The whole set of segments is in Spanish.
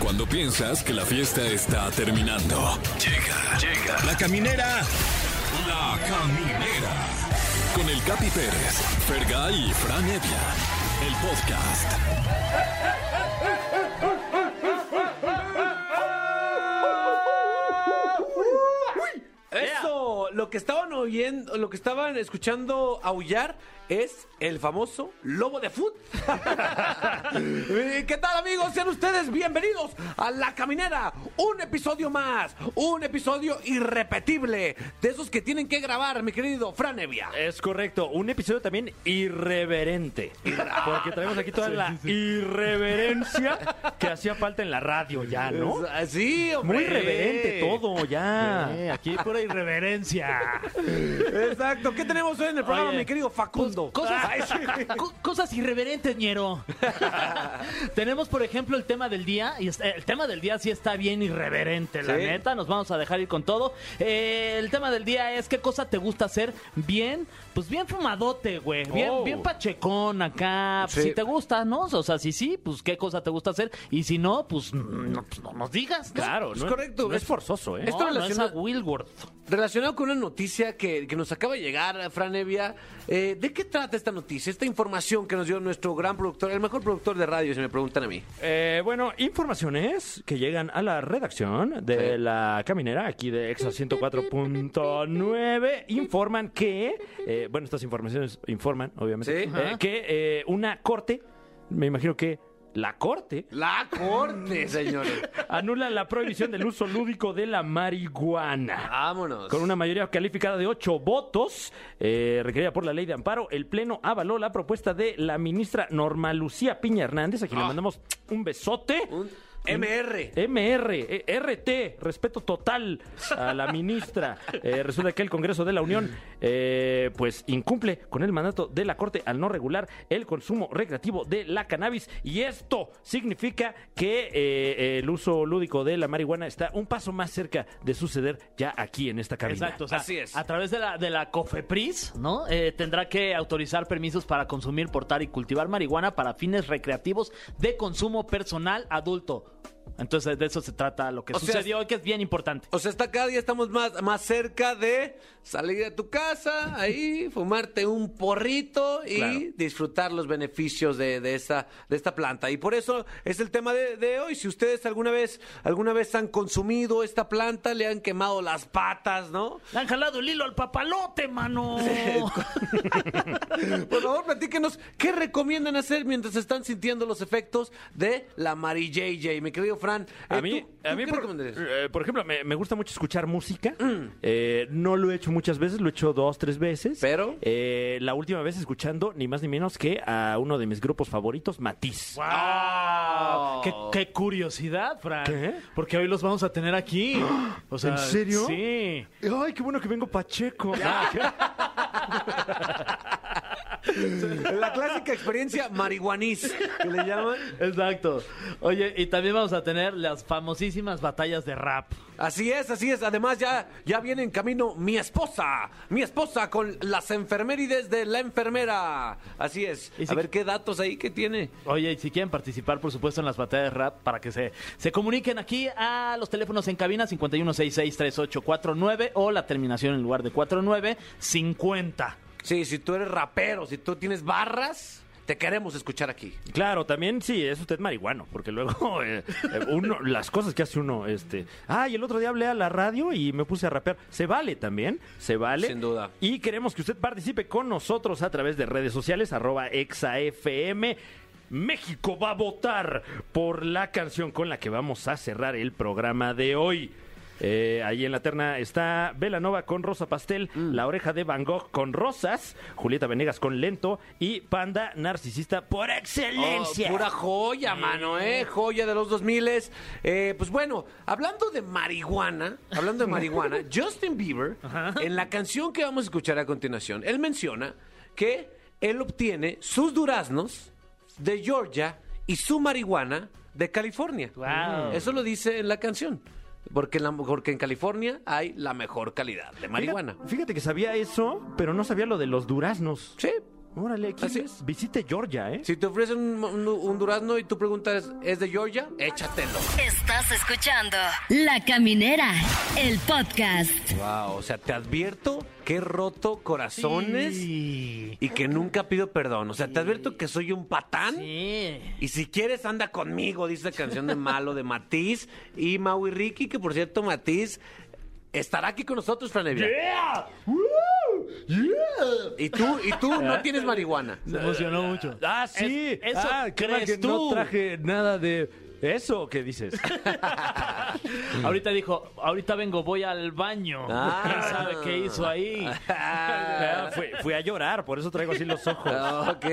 Cuando piensas que la fiesta está terminando. Llega, llega. La caminera. La caminera. Con el Capi Pérez, Fergay y Fran Evia. El podcast. Eso, lo que estaban oyendo, lo que estaban escuchando aullar es el famoso lobo de foot. Eh, ¿Qué tal amigos? Sean ustedes bienvenidos a La Caminera, un episodio más, un episodio irrepetible, de esos que tienen que grabar, mi querido Franevia. Es correcto, un episodio también irreverente. Porque traemos aquí toda la irreverencia que hacía falta en la radio ya, ¿no? ah, Sí, hombre. Muy irreverente todo ya. aquí pura irreverencia. Exacto. ¿Qué tenemos hoy en el programa, Oye, mi querido Pues, Facundo? Ah. Ay, sí. Co- cosas irreverentes, ñero. Tenemos, por ejemplo, el tema del día. Y es- eh, el tema del día sí está bien irreverente, la Sí. neta. Nos vamos a dejar ir con todo. Eh, el tema del día es qué cosa te gusta hacer bien, pues bien fumadote, güey. Bien, Oh. bien pachecón acá. Pues, Sí. Si te gusta, ¿no? O sea, si sí, pues qué cosa te gusta hacer. Y si no, pues no, pues, no nos digas. ¿no? Claro, Es no correcto, no es es- forzoso, ¿eh? es- esto No, no es a relaciona- Wilworth. Relacionado con una noticia que, que nos acaba de llegar, Fran Evia, eh, ¿de qué trata esta noticia, esta información que nos dio nuestro gran productor, el mejor productor de radio, si me preguntan a mí? Eh, bueno, informaciones que llegan a la redacción de Sí. la caminera aquí de Exa 104.9 informan que, eh, bueno, estas informaciones informan, obviamente, Sí. eh, Ajá. que eh, una corte, me imagino que la corte, La corte, señores. anula la prohibición del uso lúdico de la marihuana. Vámonos. Con una mayoría calificada de ocho votos, eh, requerida por la ley de amparo, el Pleno avaló la propuesta de la ministra Norma Lucía Piña Hernández, a quien le mandamos un besote. Ah. Un MR. MR, eh, RT, respeto total a la ministra. Eh, resulta que el Congreso de la Unión eh, pues incumple con el mandato de la Corte al no regular el consumo recreativo de la cannabis y esto significa que eh, el uso lúdico de la marihuana está un paso más cerca de suceder ya aquí en esta cabina. Ah, Exacto, o sea, Así es. A través de la, de la COFEPRIS, ¿no? Eh, tendrá que autorizar permisos para consumir, portar y cultivar marihuana para fines recreativos de consumo personal adulto. Entonces, de eso se trata lo que O sea, ah, sucedió hoy, que es bien importante. O sea, hasta cada día estamos más, más cerca de salir de tu casa, ahí, fumarte un porrito y Claro. disfrutar los beneficios de, de, esta, de esta planta. Y por eso es el tema de, de hoy. Si ustedes alguna vez, alguna vez han consumido esta planta, le han quemado las patas, ¿no? Le han jalado el hilo al papalote, mano. Por favor, platíquenos qué recomiendan hacer mientras están sintiendo los efectos de la Mary JJ. Mi querido Fran, eh, A mí, ¿tú- a tú mí qué por, recomendarías? eh, por ejemplo, me, me gusta mucho escuchar música. Mm. Eh, no lo he hecho muchas veces, lo he hecho dos, tres veces. Pero- Eh, la última vez escuchando ni más ni menos que a uno de mis grupos favoritos, Matiz. ¡Wow! Ah, Qué, qué curiosidad, Fran. ¿Qué? Porque hoy los vamos a tener aquí. O sea, ¿En serio? Sí. Ay, qué bueno que vengo Pacheco. La clásica experiencia marihuaniz, que le llaman. Exacto. Oye, y también vamos a tener las famosísimas batallas de rap. Así es, así es. Además, ya, ya viene en camino mi esposa. Mi esposa con las enfermerides de la enfermera. Así es. Y si- A ver qué datos ahí que tiene. Oye, y si quieren participar, por supuesto, en las batallas de rap, para que se, se comuniquen aquí a los teléfonos en cabina 51663849 o la terminación en lugar de 4950. Sí, si tú eres rapero, si tú tienes barras, te queremos escuchar aquí. Claro, también sí, es usted marihuano, porque luego eh, eh, uno, las cosas que hace uno, este, ah, y el otro día hablé a la radio y me puse a rapear. Se vale también, se vale. Sin duda. Y queremos que usted participe con nosotros a través de redes sociales, arroba exafm. México va a votar por la canción con la que vamos a cerrar el programa de hoy. Eh, ahí en la terna está Velanova con Rosa Pastel, Mm. La Oreja de Van Gogh con Rosas, Julieta Venegas con Lento y Panda Narcisista por excelencia. Oh, pura joya, mano, ¿eh? Joya de los 2000. Eh, pues bueno, hablando de marihuana, hablando de marihuana, Justin Bieber, en la canción que vamos a escuchar a continuación, él menciona que él obtiene sus duraznos de Georgia y su marihuana de California. Wow. Eso lo dice en la canción. Porque, la- porque en California hay la mejor calidad de marihuana. Fíjate, fíjate que sabía eso, pero no sabía lo de los duraznos. Sí. Órale, ¿quién Así es? es. Visite Georgia, ¿eh? Si te ofrecen un, un- un durazno y tú preguntas, ¿es de Georgia? Échatelo. Estás escuchando La Caminera, el podcast. Wow, o sea, te advierto que he roto corazones Sí. y que nunca pido perdón. O sea, te advierto que soy un patán. Sí. Y si quieres, anda conmigo, dice la canción de Malo de Matiz y Mau y Ricky, que por cierto, Matiz estará aquí con nosotros, Franevia. Y tú, y tú no tienes marihuana. Se emocionó mucho. Ah, sí. Es- eso ah, qué mal crees que no tú. traje nada de eso que dices. Ahorita dijo, ahorita vengo, voy al baño. Ah. ¿Quién sabe qué hizo ahí? Ah, fui, fui a llorar, por eso traigo así los ojos. Ah, ok.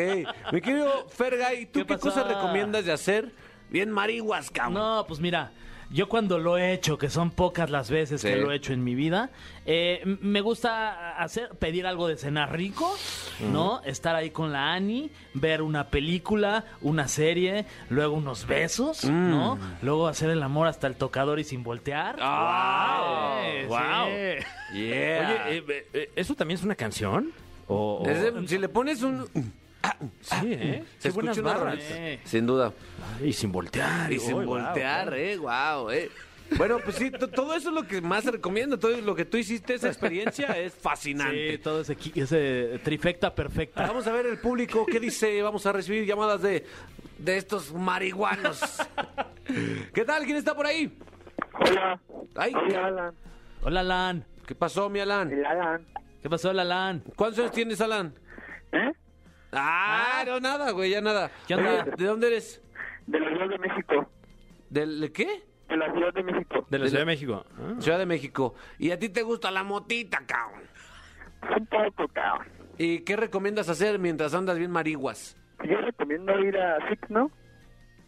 Mi querido Fergay, ¿tú qué, ¿Qué pasa? cosas recomiendas de hacer? Bien marihuas, cabrón. No, pues mira, yo cuando lo he hecho, que son pocas las veces Sí. que lo he hecho en mi vida, eh, m- me gusta hacer, pedir algo de cenar rico, ¿no? Estar ahí con la Ani, ver una película, una serie, luego unos besos, Mm. ¿no? Luego hacer el amor hasta el tocador y sin voltear. Ah, Sí, wow. sí. Yeah. Oye, eh, eh, eh, ¿eso también es una canción? Oh. O, o- Es de- si le pones un... Sí, ¿eh? Se Qué buenas escucha una barras. rolita. Eh. Sin duda. Y sin voltear. Y sin oh, Uy, guau, voltear, eh, wow, eh. Bueno, pues sí, to- todo eso es lo que más recomiendo. Todo lo que tú hiciste, esa experiencia es fascinante. Sí, todo ese, qui- ese trifecta perfecta. Vamos a ver el público qué dice. Vamos a recibir llamadas de, de estos marihuanos. ¿Qué tal? ¿Quién está por ahí? Hola, Ay, soy Alan, Hola, Lan. ¿Qué pasó, mi Alan? el Alan. ¿Qué pasó, Lalán? ¿Cuántos años tienes, Alan? ¿Eh? Ah, no, nada, güey, ya nada. Ya nada. Oye, ¿De dónde eres? De la Ciudad de México. ¿Del de qué? De la Ciudad de México. De la Ciudad de México. Ah. Ciudad de México. ¿Y a ti te gusta la motita, cabrón? Un poco, cabrón. ¿Y qué recomiendas hacer mientras andas bien mariguas? Yo recomiendo ir a Six, ¿no?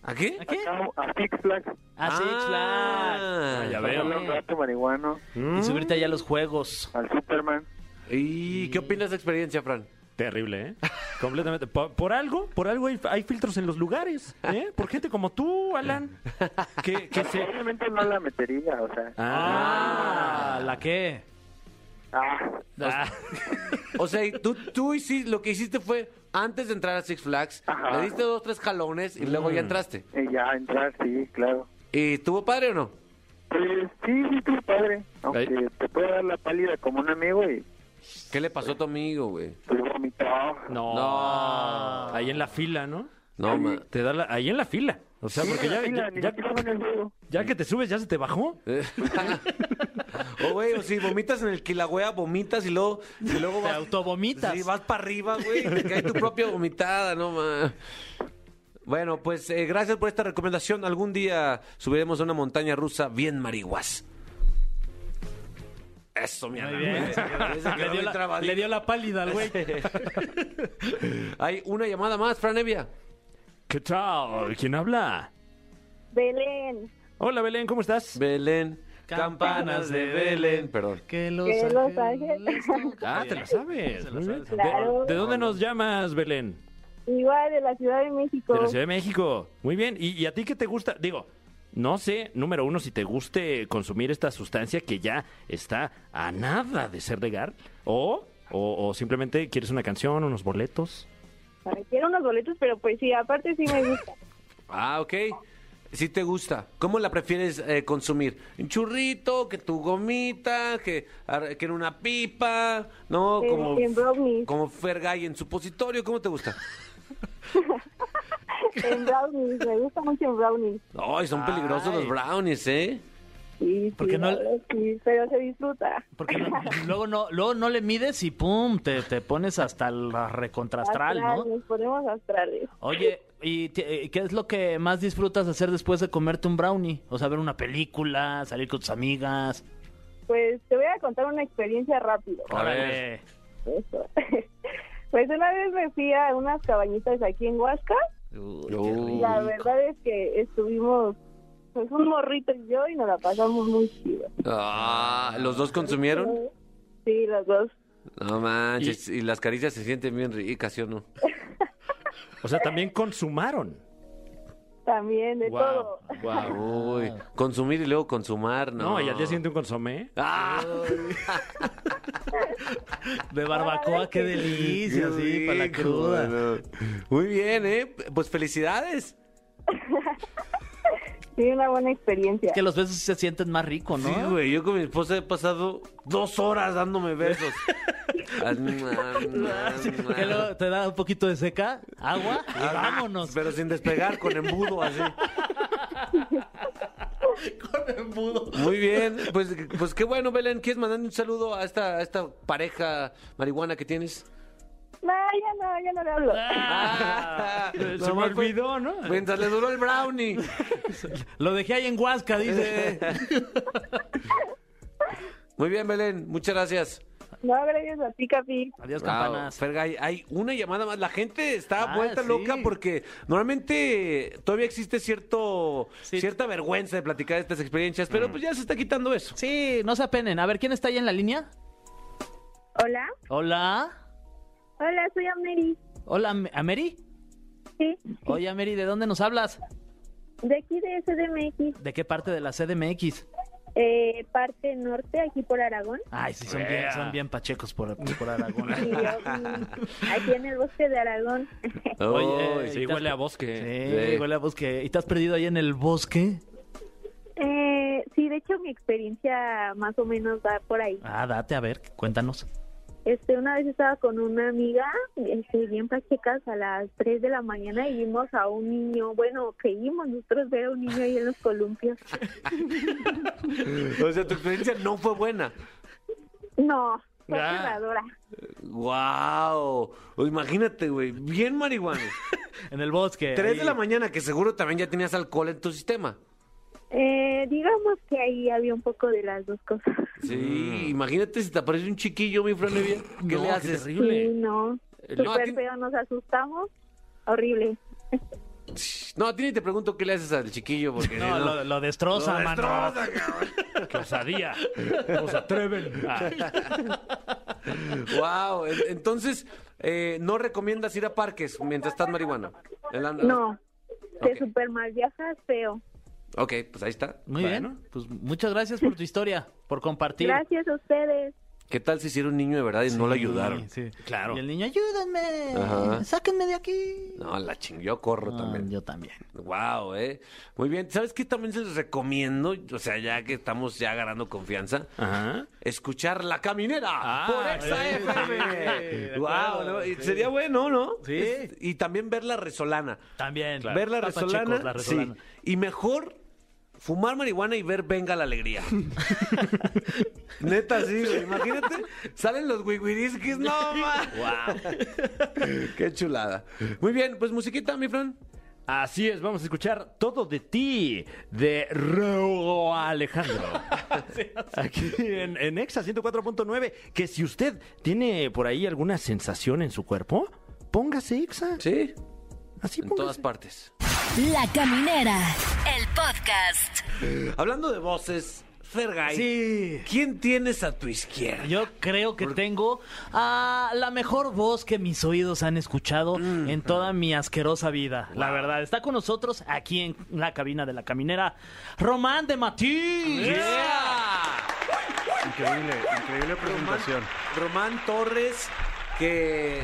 ¿A qué? ¿A qué? Acá A Six Flags. A Six Flags. Ah, ya A veo. un gato marihuano, Y subirte allá a los juegos. al Superman. ¿Y qué opinas de esa experiencia, Fran? Terrible, ¿eh? Completamente. Por, por algo, por algo hay, hay filtros en los lugares, ¿eh? Por gente como tú, Alan. Que, que se... Obviamente no la metería, o sea. Ah, ¿la qué? Ah, Ah. O sea, y tú, tú hiciste, lo que hiciste fue, antes de entrar a Six Flags, Ajá. le diste dos, tres jalones y luego ya entraste. y ya entrar, sí, claro. ¿Y estuvo padre o no? Pues sí, sí, tu padre. Aunque Ay. te puede dar la pálida como un amigo y ¿Qué le pasó a tu amigo, güey? pues vomitó. No. No. Ahí en la fila, ¿no? No, ma. Te da la- ahí en la fila. O sea, Sí, porque en la ya, fila, ya- ni ya- siquiera fue en el juego. ya que te subes, ya se te bajó. Eh. o güey, o si vomitas en el Kilagüea, vomitas y luego, y luego Te vas. autovomitas. Sí, vas para arriba, güey, y te cae tu propia vomitada, no ma. Bueno, pues eh, gracias por esta recomendación. Algún día subiremos a una montaña rusa bien marihuas. Eso, mi Alan. Ese quedó- ese quedó Le dio, bien la, trabadito. le dio la pálida al güey. Hay una llamada más, Fran Evia. ¿Qué tal? ¿Quién habla? Belén, Hola, Belén, ¿cómo estás? Belén. Campanas de Belén. Perdón. Que los Que los ángeles ángeles Ah, te la sabes. Se la Muy bien. sabes. ¿De- Claro. ¿De, dónde nos llamas, Belén? igual de la Ciudad de México. De la Ciudad de México. Muy bien. ¿Y, y a ti qué te gusta? Digo, no sé, número uno, si te guste consumir esta sustancia que ya está a nada de ser legal. O, o, o simplemente quieres una canción, unos boletos. Ay, Quiero unos boletos, pero pues sí, aparte sí me gusta. Ah, ok. Si te gusta, ¿cómo la prefieres eh, consumir? ¿En churrito? ¿Que tu gomita? ¿Que, ar- que en una pipa? ¿No? Sí, Oh, como, en brownies. como Fergay en supositorio. ¿Cómo te gusta? en brownies, me gusta mucho en brownies. Ay, son peligrosos los brownies, ¿eh? Sí, ¿Por qué sí, no- la verdad, sí, pero se disfruta. Porque no- luego, no, luego no le mides y pum, te, te pones hasta la recontrastral, ¿no? Astral, Nos ponemos astrales. Oye, ¿y te- eh, qué es lo que más disfrutas hacer después de comerte un brownie? O sea, ver una película, salir con tus amigas. Pues te voy a contar una experiencia rápido. A ver. Órale. Eso. pues una vez me fui a unas cabañitas aquí en Huasca. Uy, Uh. La rico. verdad es que estuvimos, pues un morrito y yo, y nos la pasamos muy chido. Ah, ¿Los dos consumieron? Sí, los dos. No manches. Y, las caricias se sienten bien ricas, ¿sí o no? O sea, también consumaron. También, de todo. Uy, consumir y luego consumar, no. No, y al día siguiente un consomé. Ah, De barbacoa, qué delicia, sí, para la rico, cruda. no. Muy bien, ¿eh? Pues felicidades. Sí, una buena experiencia. Es que los besos sí se sienten más ricos, ¿no? Sí, güey, yo con mi esposa he pasado dos horas dándome besos. Ah, Que luego te da un poquito de seca, agua y vámonos. Ah, Pero sin despegar, con embudo así. Con embudo. Muy bien, pues, pues qué bueno, Belén. ¿Quieres mandar un saludo a esta, a esta pareja marihuana que tienes? No, ya no, ya no le hablo. Ah, se me Nomás fue- olvidó, ¿no? Mientras le duró el brownie. Lo dejé ahí en Huasca, dice. Muy bien, Belén, muchas gracias. No, gracias a ti, Capi. Adiós, Wow, campanas. Fergay, hay una llamada más. La gente está Ah, vuelta sí. loca porque normalmente todavía existe cierto Sí. Mm. cierta vergüenza de platicar estas experiencias, pero pues ya se está quitando eso. Sí, no se apenen. A ver, ¿quién está ahí en la línea? Hola. Hola. Hola, soy Ameri. Hola, Am- Ameri. Sí, Oye, Ameri, ¿de dónde nos hablas? de aquí de CDMX, ¿De qué parte de la CDMX? eh, parte norte, aquí por Aragón. Ay, sí, son, bien, son bien pachecos por, por Aragón. Y yo, mm, aquí en el bosque de Aragón. Oye, Oye, Oh, eh, Sí, ¿y te has- huele a bosque. Sí, Sí. huele a bosque. ¿Y te has perdido ahí en el bosque? Eh, sí, de hecho mi experiencia más o menos va por ahí. Ah, date, a ver, cuéntanos. Este, una vez estaba con una amiga, este, bien pachecas, a las 3 de la mañana y vimos a un niño, bueno, creímos nosotros ver a un niño ahí en los columpios. o sea, tu experiencia no fue buena. No, fue Ah. aterradora. Wow, imagínate, güey, bien marihuana. En el bosque. Tres ahí. de la mañana que seguro también ya tenías alcohol en tu sistema. Eh, digamos que ahí había un poco de las dos cosas. Sí, Mm. imagínate si te aparece un chiquillo, mi franevia, ¿qué No, le qué haces? terrible. Sí, no, Eh, no, a ti- súper feo, nos asustamos, horrible. No, a ti ni te pregunto qué le haces al chiquillo porque No, lo, lo destroza, mano. Qué osadía. Nos atreven. Ah, Wow, entonces eh, no recomiendas ir a parques mientras estás marihuana. El an- No, te Ok. super mal viajas feo. Ok, pues ahí está. Muy Bueno. bien. Pues muchas gracias por tu historia, por compartir. Gracias a ustedes. ¿Qué tal si hiciera un niño de verdad y no le ayudaron? Sí, Claro. Y el niño, ayúdenme, Ajá. sáquenme de aquí. No, la ching, yo corro Ah, también. Yo también. Wow, eh. Muy bien. ¿Sabes qué también se les recomiendo? O sea, ya que estamos ya ganando confianza. Ajá. Escuchar La Caminera Ah, por Exa sí, sí, FM. de wow, acuerdo, sí. sería bueno, ¿no? Sí. Es- y también ver La Resolana. También. ver la Está pacheco, resolana, la resolana. sí. Y mejor fumar marihuana y ver Venga la Alegría. Neta, sí, güey, imagínate. Salen los wigwirisquis, no, ma. Qué chulada. Muy bien, pues musiquita, mi Fran. Así es, vamos a escuchar todo de ti de Reo Alejandro. Aquí en, en Exa 104.9, que si usted tiene por ahí alguna sensación en su cuerpo, póngase Exa. Sí, Así en todas póngase. partes. La Caminera, el podcast. Hablando de voces, Fergay, Sí. ¿quién tienes a tu izquierda? Yo creo que tengo a la mejor voz que mis oídos han escuchado en toda mi asquerosa vida. La verdad, está con nosotros aquí en la cabina de la caminera, Román de Matiz. Increíble, increíble Román, presentación. Román Torres, que...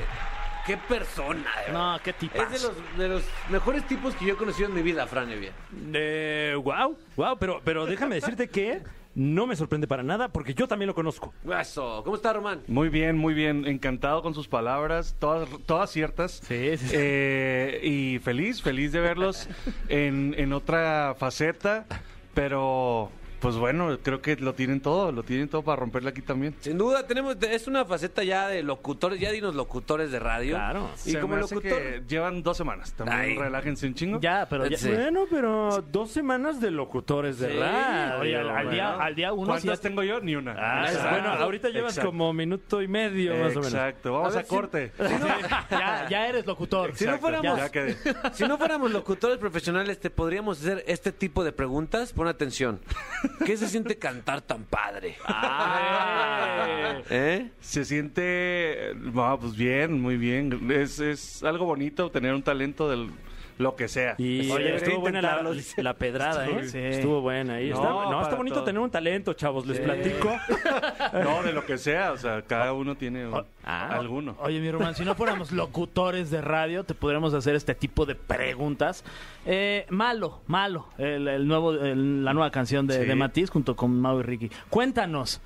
Qué persona, de verdad. No, qué tipazo. Es de los, de los mejores tipos que yo he conocido en mi vida, Fran Evia. Eh, wow, wow, pero, pero déjame decirte que no me sorprende para nada porque yo también lo conozco. Eso. ¿Cómo está, Román? Muy bien, muy bien. Encantado con sus palabras, todas, todas ciertas. Sí, sí, sí. Eh, y feliz, feliz de verlos en, en otra faceta. Pero, pues bueno, creo que lo tienen todo, lo tienen todo para romperle aquí también. Sin duda, tenemos, es una faceta ya de locutores, ya dinos locutores de radio. Claro. Y Se como me hace locutor. que llevan dos semanas. También Ay. relájense un chingo. Ya, pero ya. ¿Eh? Sí. Bueno, pero dos semanas de locutores de Sí, radio. Oye, al, al día, ¿verdad? al día uno sí ¿Cuántas ya- tengo yo? Ni una. Ah, Exacto. bueno, ahorita llevas Exacto. como minuto y medio más o menos. Exacto, vamos A a, ver si- corte. ya, ya eres locutor. Si no Exacto, fuéramos- ya quedé. Si no fuéramos locutores profesionales, te podríamos hacer este tipo de preguntas. Pon atención. ¿Qué se siente cantar tan padre? Ah, ¿Eh? Se siente, eh, no, pues bien, muy bien. Es, es algo bonito tener un talento del, lo que sea. Oye, Y oye, debería estuvo buena la, intentarlo, dice. la pedrada, ¿eh? Sí. Estuvo buena. ahí. No, está, no, está para bonito todo. tener un talento, chavos, les platico. No, de lo que sea, o sea, Oh. cada uno tiene un- Ah. alguno. Oye, mi hermano, si no fuéramos locutores de radio, te podríamos hacer este tipo de preguntas. Eh, malo, malo, el, el nuevo, el- la nueva canción de, Sí. de Matiz junto con Mau y Ricky. Cuéntanos.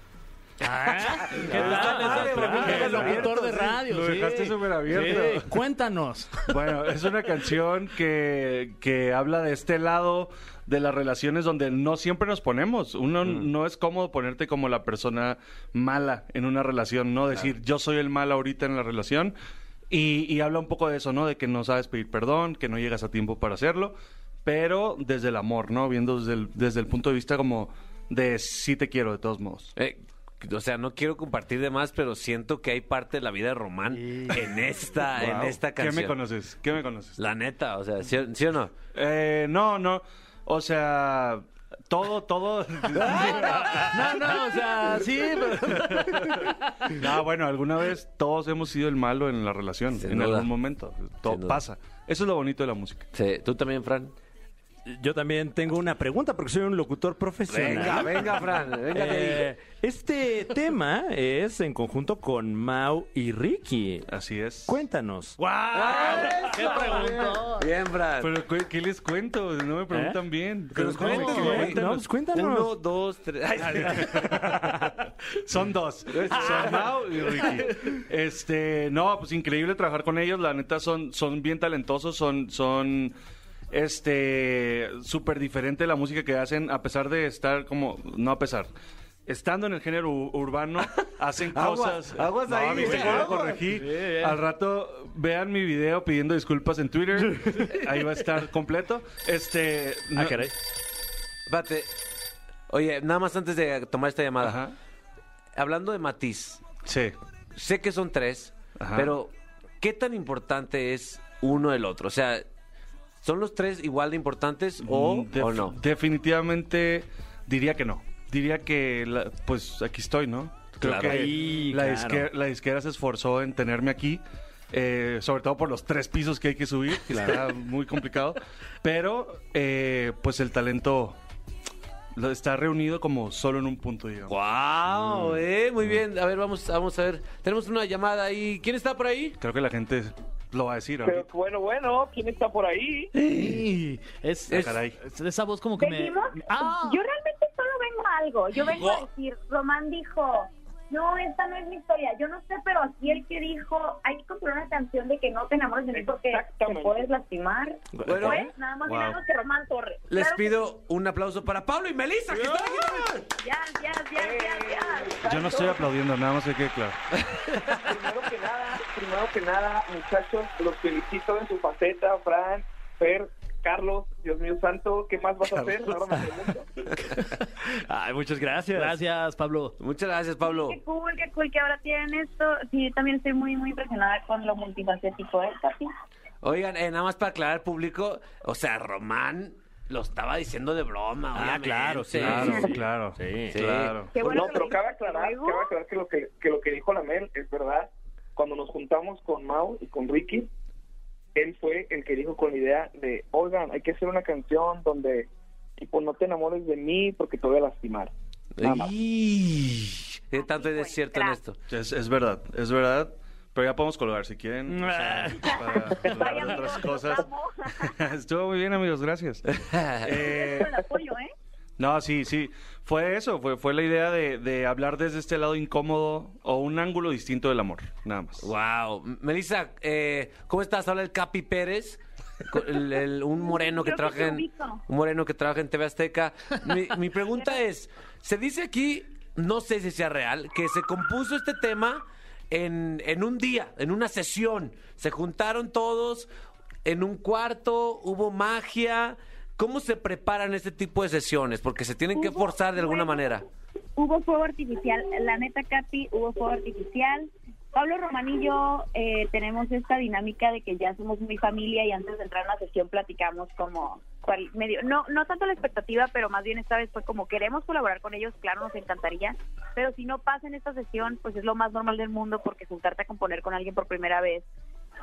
Ah. ¿Qué tal? madre, Exacto. lo dejaste el locutor abierto, de sí. radio. Lo sí. dejaste súper abierto. Sí, Cuéntanos. Bueno, es una canción que, que habla de este lado de las relaciones donde no siempre nos ponemos. Uno Mm. no es cómodo ponerte como la persona mala en una relación, no decir yo soy el mal ahorita en la relación. Y, y habla un poco de eso, ¿no? De que no sabes pedir perdón, que no llegas a tiempo para hacerlo, pero desde el amor, ¿no? Viendo desde el, desde el punto de vista como de sí te quiero de todos modos. Eh, o sea, no quiero compartir de más, pero siento que hay parte de la vida de Román en esta, en Wow. esta canción. ¿Qué me conoces? ¿Qué me conoces? La neta, o sea, ¿sí, sí o no? Eh, no, no. O sea, todo, todo. No, no, o sea, sí, pero... no, Ah, bueno, alguna vez todos hemos sido el malo en la relación, Sin en duda. algún momento. Sin Todo duda. pasa. Eso es lo bonito de la música. Sí, ¿Tú también, Fran? Yo también tengo una pregunta porque soy un locutor profesional. venga, Fran, Eh, este tema es en conjunto con Mau y Ricky. Así es. Cuéntanos. ¿Qué preguntó? Bien, Fran. Pero, cu- ¿qué les cuento? No me preguntan ¿Eh? bien. Pero ¿Cómo cuéntanos, que- güey. No, pues cuéntanos. Uno, dos, tres. Ay, Son dos. Son Mau y Ricky. Este, no, pues increíble trabajar con ellos. La neta son, son bien talentosos, son, son, este, súper diferente la música que hacen a pesar de estar como, no a pesar. Estando en el género u- urbano, hacen Aguas, cosas. aguas No, ahí, eh. viste, güey, yo lo aguas. corregí. Al rato vean mi video pidiendo disculpas en Twitter. Ahí va a estar completo. Este. Ah, no- caray. Espérate. Oye, nada más antes de tomar esta llamada. Ajá. Hablando de matiz, Sí. sé que son tres, Ajá. pero ¿qué tan importante es uno el otro? O sea, ¿son los tres igual de importantes o, Mm, def- o no? Definitivamente diría que no. Diría que, la- pues aquí estoy, ¿no? Creo Claro. que Ahí, la, claro. disque- la disquera se esforzó en tenerme aquí, eh, sobre todo por los tres pisos que hay que subir, que está muy complicado. Pero, eh, pues el talento lo- está reunido como solo en un punto, digamos. ¡Wow! Eh, muy bien. A ver, vamos, vamos a ver. Tenemos una llamada ahí. ¿Quién está por ahí? Creo que la gente lo va a decir Pero ahorita. bueno, bueno, ¿quién está por ahí? Sí, es, Ah, es- caray. esa voz como Eh, que me... ¿Seguimos? Ah, Yo realmente solo vengo a algo. Yo vengo a decir, Román dijo, no, esta no es mi historia. Yo no sé, pero aquí el que dijo, hay que comprar una canción de que no te enamores de mí porque te Exactamente. puedes lastimar. Bueno. pues, nada más y Wow. nada menos que Román Torres. Les Claro que pido un aplauso para Pablo y Melissa, que están aquí. Eh, sí. Ya, ya, ya, ya, ya. Yo no estoy aplaudiendo, nada más hay que claro. Primero que nada, primero que nada, muchachos, los felicito en su faceta, Fran, Fer, Carlos, Dios mío santo, ¿qué más vas a hacer? Ahora me pregunto. Ay, muchas gracias. gracias, Pablo. Muchas gracias, Pablo. Qué cool, qué cool que ahora tienen esto. Sí, yo también estoy muy, muy impresionada con lo multifacético, ¿eh, Capi? Oigan, eh, nada más para aclarar al público, o sea, Román lo estaba diciendo de broma. Ah, claro, sí, obviamente. Claro, claro. Sí. Sí. Claro. Qué bueno no, que pero lo cabe dijiste aclarar, luego. cabe aclarar que lo que, que lo que dijo la Mel es verdad. Cuando nos juntamos con Mau y con Ricky, él fue el que dijo con la idea de, oigan, hay que hacer una canción donde, tipo, no te enamores de mí porque te voy a lastimar. Nada más. Y- Ah, ¿Qué tanto es cierto en esto? Es, es verdad, es verdad. Pero ya podemos colgar si quieren. o sea, para Ah. hablar Vaya, de amigos, otras los cosas. amo. Estuvo muy bien, amigos, gracias. Eh, Con el apoyo, ¿eh? no, sí, sí. Fue eso, fue, fue la idea de, de hablar desde este lado incómodo o un ángulo distinto del amor, nada más. Wow. Melissa, eh, ¿cómo estás? Habla el Capi Pérez, co- el- el- un moreno que Creo que trabaja te en ubico. un moreno que trabaja en TV Azteca. Mi, mi pregunta es, se dice aquí, no sé si sea real, que se compuso este tema en, en un día, en una sesión. Se juntaron todos en un cuarto, hubo magia. ¿Cómo se preparan este tipo de sesiones? Porque se tienen que Hubo forzar de alguna fuego. manera. Hubo fuego artificial, la neta, Capi, hubo fuego artificial. Pablo Román y yo eh, tenemos esta dinámica de que ya somos muy familia y antes de entrar a una sesión platicamos como cuál medio, no, no tanto la expectativa, pero más bien esta vez fue como queremos colaborar con ellos, claro, nos encantaría, pero si no pasa en esta sesión, pues es lo más normal del mundo porque juntarte a componer con alguien por primera vez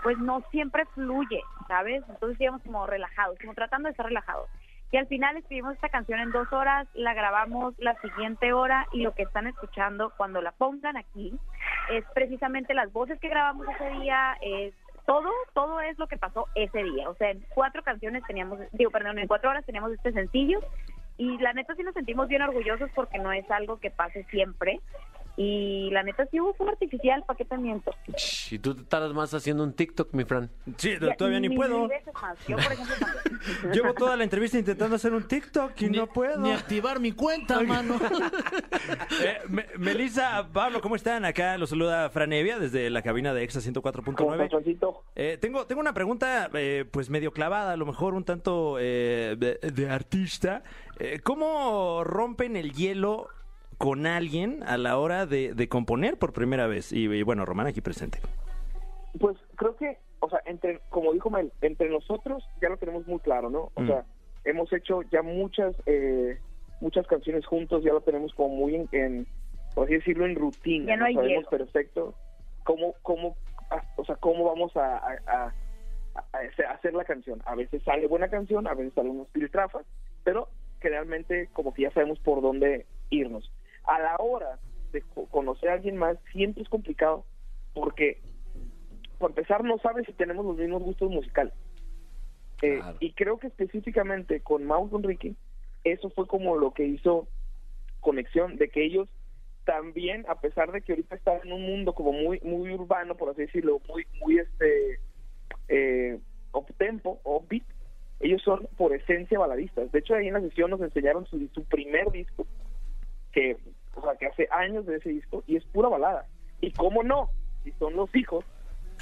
pues no siempre fluye, ¿sabes? Entonces íbamos como relajados, como tratando de estar relajados. Y al final escribimos esta canción en dos horas, la grabamos la siguiente hora y lo que están escuchando cuando la pongan aquí es precisamente las voces que grabamos ese día, es todo, todo es lo que pasó ese día. O sea, en cuatro canciones teníamos, digo, perdón, en cuatro horas teníamos este sencillo y la neta sí nos sentimos bien orgullosos porque no es algo que pase siempre. Y la neta sí hubo fuego artificial, ¿para qué te miento? Ch, Y tú te tardas más haciendo un TikTok, mi Fran. Sí, todavía ni Mil puedo. veces más. Yo, por ejemplo, también. Llevo toda la entrevista intentando hacer un TikTok y Ni- no puedo. Ni activar mi cuenta, mano. Eh, Me- Melissa, Pablo, ¿cómo están? Acá los saluda Franevia desde la cabina de Exa Como 104.9. patroncito. Eh, tengo, tengo una pregunta, eh, pues medio clavada, a lo mejor un tanto eh, de, de artista. Eh, ¿Cómo rompen el hielo con alguien a la hora de, de componer por primera vez? Y, y bueno, Román aquí presente. Pues creo que, o sea, entre, como dijo Mel, entre nosotros ya lo tenemos muy claro, ¿no? O Mm. sea, hemos hecho ya muchas, eh, muchas canciones juntos, ya lo tenemos como muy en, en, por así decirlo, en rutina. Ya no hay Sabemos hielo. perfecto cómo, cómo, ah, o sea, cómo vamos a, a- a- a hacer- a hacer la canción. A veces sale buena canción, a veces sale unos piltrafas, pero generalmente como que ya sabemos por dónde irnos. A la hora de co- conocer a alguien más siempre es complicado porque por empezar, no sabes si tenemos los mismos gustos musicales. Eh, Claro. y creo que específicamente con Mau y con Ricky, eso fue como lo que hizo conexión, de que ellos también, a pesar de que ahorita están en un mundo como muy muy urbano, por así decirlo, muy muy este eh, tempo o beat, ellos son por esencia baladistas. De hecho, ahí en la sesión nos enseñaron su, su primer disco, que, o sea, que hace años de ese disco, y es pura balada. Y cómo no, si son los hijos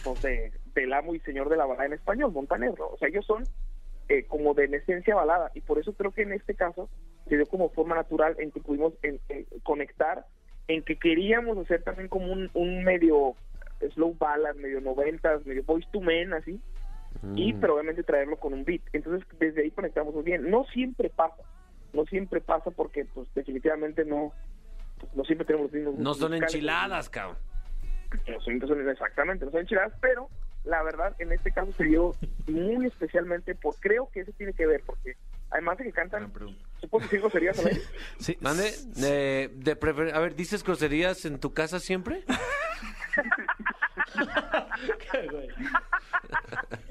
no sé, del amo y señor de la balada en español, Montaner, ¿no? O sea, ellos son eh, como de en esencia balada y por eso creo que en este caso se dio como forma natural en que pudimos en- en conectar, en que queríamos hacer también como un, un medio slow ballad, medio noventas, medio voice to men, así, y pero obviamente traerlo con un beat. Entonces desde ahí conectamos muy bien. No siempre pasa, no siempre pasa porque pues definitivamente no, no siempre tenemos los mismos No gustos son musicales. enchiladas, cabrón. No son, no son- exactamente, no son enchiladas, pero la verdad en este caso se dio muy especialmente por creo que eso tiene que ver, porque además de que cantan, ¿se puede decir groserías al aire? Sí, Mande, eh, de prefer- a ver, ¿dices groserías en tu casa siempre?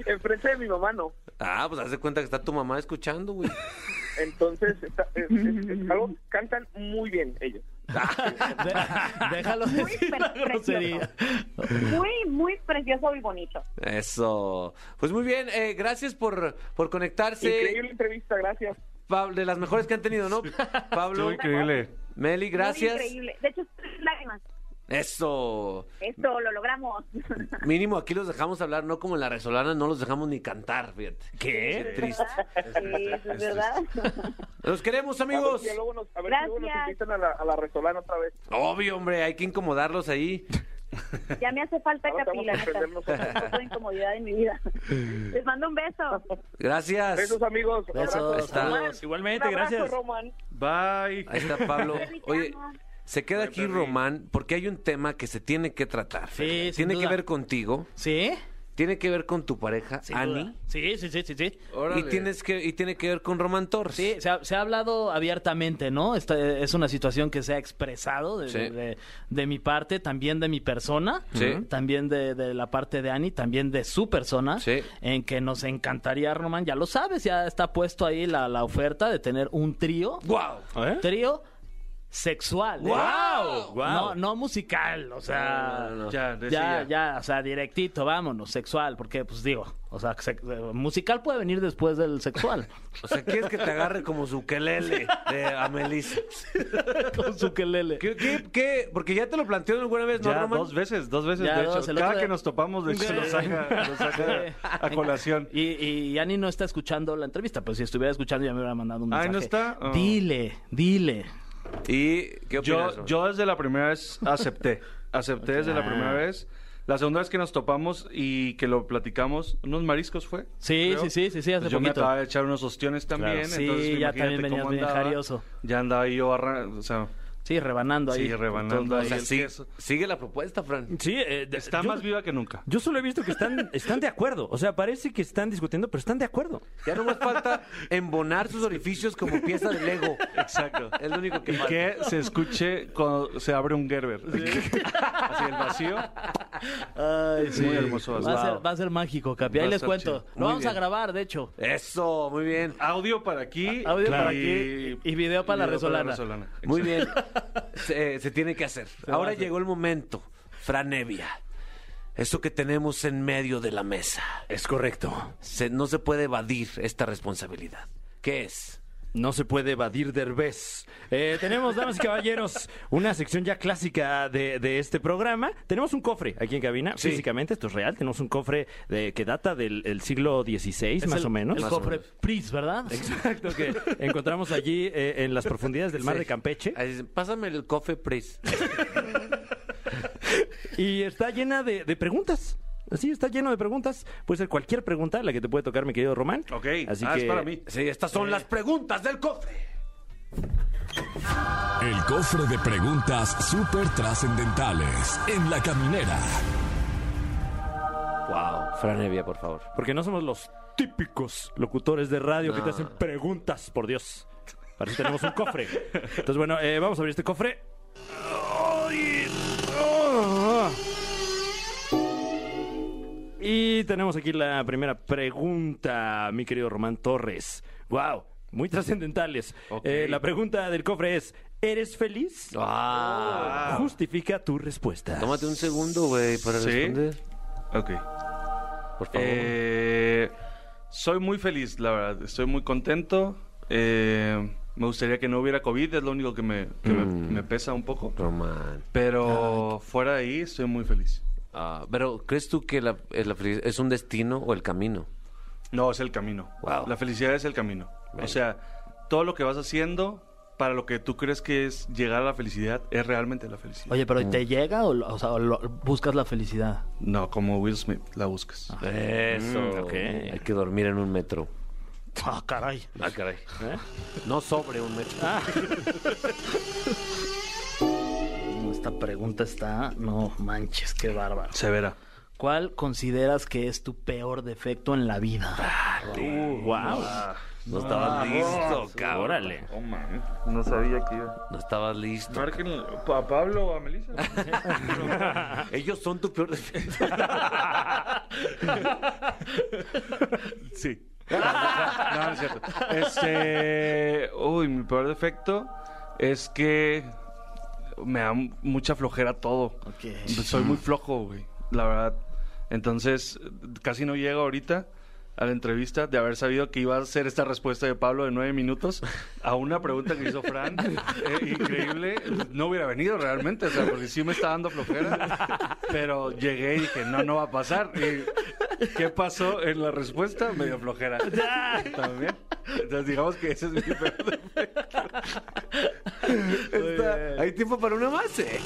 enfrente de mi mamá no. Ah, pues haz de cuenta que está tu mamá escuchando, güey. Entonces, está- es- es- es algo- cantan muy bien ellos. de- déjalo Muy decir la precioso. grosería. muy, muy precioso y bonito. Eso. Pues muy bien, eh, gracias por, por conectarse. Increíble entrevista, gracias. Pablo, de las mejores que han tenido, ¿no? Estuvo Pablo, increíble. Meli, gracias. Muy increíble. De hecho, estoy en lágrimas. Eso. Esto lo logramos. Mínimo aquí los dejamos hablar, no como en la Resolana, no los dejamos ni cantar, fíjate. ¿Qué? triste. Sí, es verdad. Los queremos, A ver amigos. si ya luego nos, a ver si luego nos Gracias. invitan a la, a la Resolana otra vez. Obvio, hombre, hay que incomodarlos ahí. Ya me hace falta Ahora Capi, estamos la a neta. aprender nosotros. Un poco de incomodidad en mi vida. Les mando un beso. Gracias. Besos amigos. abrazos. Besos. Está. Román, Igualmente, un abrazo, gracias. Román. Bye. Ahí está Pablo. Perry, te Oye, amo. se queda aquí Román porque hay un tema que se tiene que tratar. Sí, sin tiene que duda. ver contigo, ¿Sí? tiene que ver con tu pareja, Sin duda. Ani, Sí, sí, sí, sí, sí. y, tienes que, y tiene que ver con Román Torres. Sí, se ha, se ha hablado abiertamente, ¿no? Esta es una situación que se ha expresado de, Sí. de- de mi parte, también de mi persona, Sí. también de, de la parte de Ani, también de su persona, Sí. en que nos encantaría, Román, ya lo sabes, ya está puesto ahí la, la oferta de tener un trío, ¡Wow! trío sexual. ¿eh? ¡Guau! ¡Guau! No, no musical, o sea... No, no, no. Ya, Ya, decía. ya, o sea, directito, vámonos, sexual, porque pues digo, o sea, sex- eh, musical puede venir después del sexual. O sea, quieres que te agarre como su quelele de Amelis. Con su quelele. ¿Qué, qué, qué? Porque ya te lo plantearon alguna vez, ¿no, Ya, Román? dos veces, dos veces, Ya, de dos, hecho. el otro Cada día- que nos topamos, de hecho, Sí. lo saca, lo saca a colación. Y, y Ani no está escuchando la entrevista, pero si estuviera escuchando ya me hubiera mandado un mensaje. Ay, ¿no está? Oh. Dile, dile. ¿Y qué opinas? Yo, Román? yo desde la primera vez acepté. Acepté desde la Ah. primera vez. La segunda vez que nos topamos y que lo platicamos, unos mariscos fue. Sí, creo. sí, sí, sí, sí, hace Yo me poquito. acababa de echar unos ostiones también. Claro. Sí, entonces, ya imagínate también venías cómo bien andaba. jarioso. Ya andaba yo arra- o sea, Sí, rebanando ahí. Sí, rebanando O ahí sea, el sí- queso. sigue la propuesta, Fran. Sí, eh, de- Está yo- más viva que nunca. Yo solo he visto que están, están de acuerdo. O sea, parece que están discutiendo, pero están de acuerdo. Ya no más falta embonar sus orificios como pieza de Lego. Exacto. Es lo único que Y falta. que se escuche cuando se abre un Gerber. Así el vacío. Muy hermoso. Va, a Wow. ser, va a ser mágico, Capi. Ahí Va a les ser cuento. chido. Lo Muy vamos a bien. grabar, de hecho. Eso, muy bien. Audio para aquí. Audio para aquí y video para la resolana. Muy bien. Se, se tiene que hacer. Ahora llegó el momento, Fran Evia. Eso que tenemos en medio de la mesa. Es correcto. Se- no se puede evadir esta responsabilidad. ¿Qué es? No se puede evadir Derbez. Eh, tenemos, damas y caballeros, una sección ya clásica de, de este programa. Tenemos un cofre aquí en cabina, Sí. físicamente, esto es real. Tenemos un cofre de, que data del el siglo XVI, Es más el- o menos. El Más o cofre Pris, ¿verdad? Exacto, que encontramos allí eh, en las profundidades del mar de Campeche. Ahí dicen, Pásame el coffee please. Y está llena de, de preguntas. Sí, está lleno de preguntas. Puede ser cualquier pregunta la que te puede tocar, mi querido Román. Ok. ah, es para mí. Sí, estas son las preguntas del cofre. El cofre de preguntas súper trascendentales en la caminera. Wow. Fran Evia, por favor. Porque no somos los típicos locutores de radio que te hacen preguntas, por Dios. Para eso tenemos un cofre. Entonces, bueno, eh, vamos a abrir este cofre. ¡Ay! ¡Ah! Y tenemos aquí la primera pregunta, mi querido Román Torres. ¡Wow! Muy trascendentales. Ok. Eh, la pregunta del cofre es: ¿Eres feliz? Ah. Justifica tu respuesta. Tómate un segundo, güey, para Sí. responder. Ok. Por favor. Eh, soy muy feliz, la verdad. Estoy muy contento. Eh, me gustaría que no hubiera COVID, es lo único que me, que me- me pesa un poco. Román. Pero fuera de ahí, estoy muy feliz. Ah, pero, ¿crees tú que la, eh, la felicidad es un destino o el camino? No, es el camino. Wow. La felicidad es el camino. O sea, todo lo que vas haciendo para lo que tú crees que es llegar a la felicidad es realmente la felicidad. Oye, Mm. pero ¿te llega o, lo- o sea, o lo- buscas la felicidad? Mm. No, como Will Smith, la buscas. Eso. Mm, Hay que dormir en un metro. Ah, caray. Ah, caray. ¿Eh? No sobre un metro. Ah. Esta pregunta está... No manches, qué bárbaro. Severa. ¿Cuál consideras que es tu peor defecto en la vida? Uh, ¡Wow! Ah, No Ah, estabas listo, cabrón. Órale. Oh, man. No sabía que iba. No estabas listo. Marquen a Pablo o a Melissa. Ellos son tu peor defecto. sí. no, no es cierto. Este. Uy, mi peor defecto es que me da mucha flojera todo. Pues, Ok. Soy muy flojo, güey, la verdad. Entonces, casi no llego ahorita a la entrevista de haber sabido que iba a ser esta respuesta de Pablo de nueve minutos a una pregunta que hizo Fran. eh, increíble. No hubiera venido realmente, o sea, porque sí me está dando flojera. Pero llegué y dije, no, no va a pasar. Y, ¿Qué pasó en la respuesta? Medio flojera. También. Entonces, digamos que ese es mi peor defecto. Hay tiempo para una más. eh?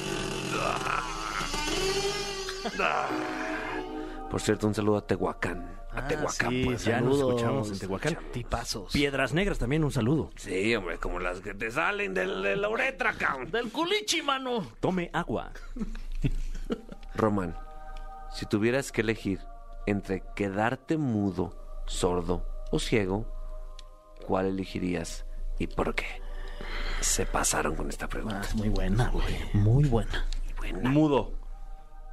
Por cierto, un saludo a Tehuacán. A Tehuacán, sí, pues. Ya nos saludos. escuchamos en Tehuacán. Tipazos. Piedras Negras también, un saludo. Sí, hombre, como las que te salen del- de la uretra, cabrón. Del culichi, mano. Tome agua. Román, si tuvieras que elegir entre quedarte mudo, sordo o ciego, ¿cuál elegirías y por qué? Se pasaron con esta pregunta. Ah, Es muy buena, güey. Muy buena. Mudo.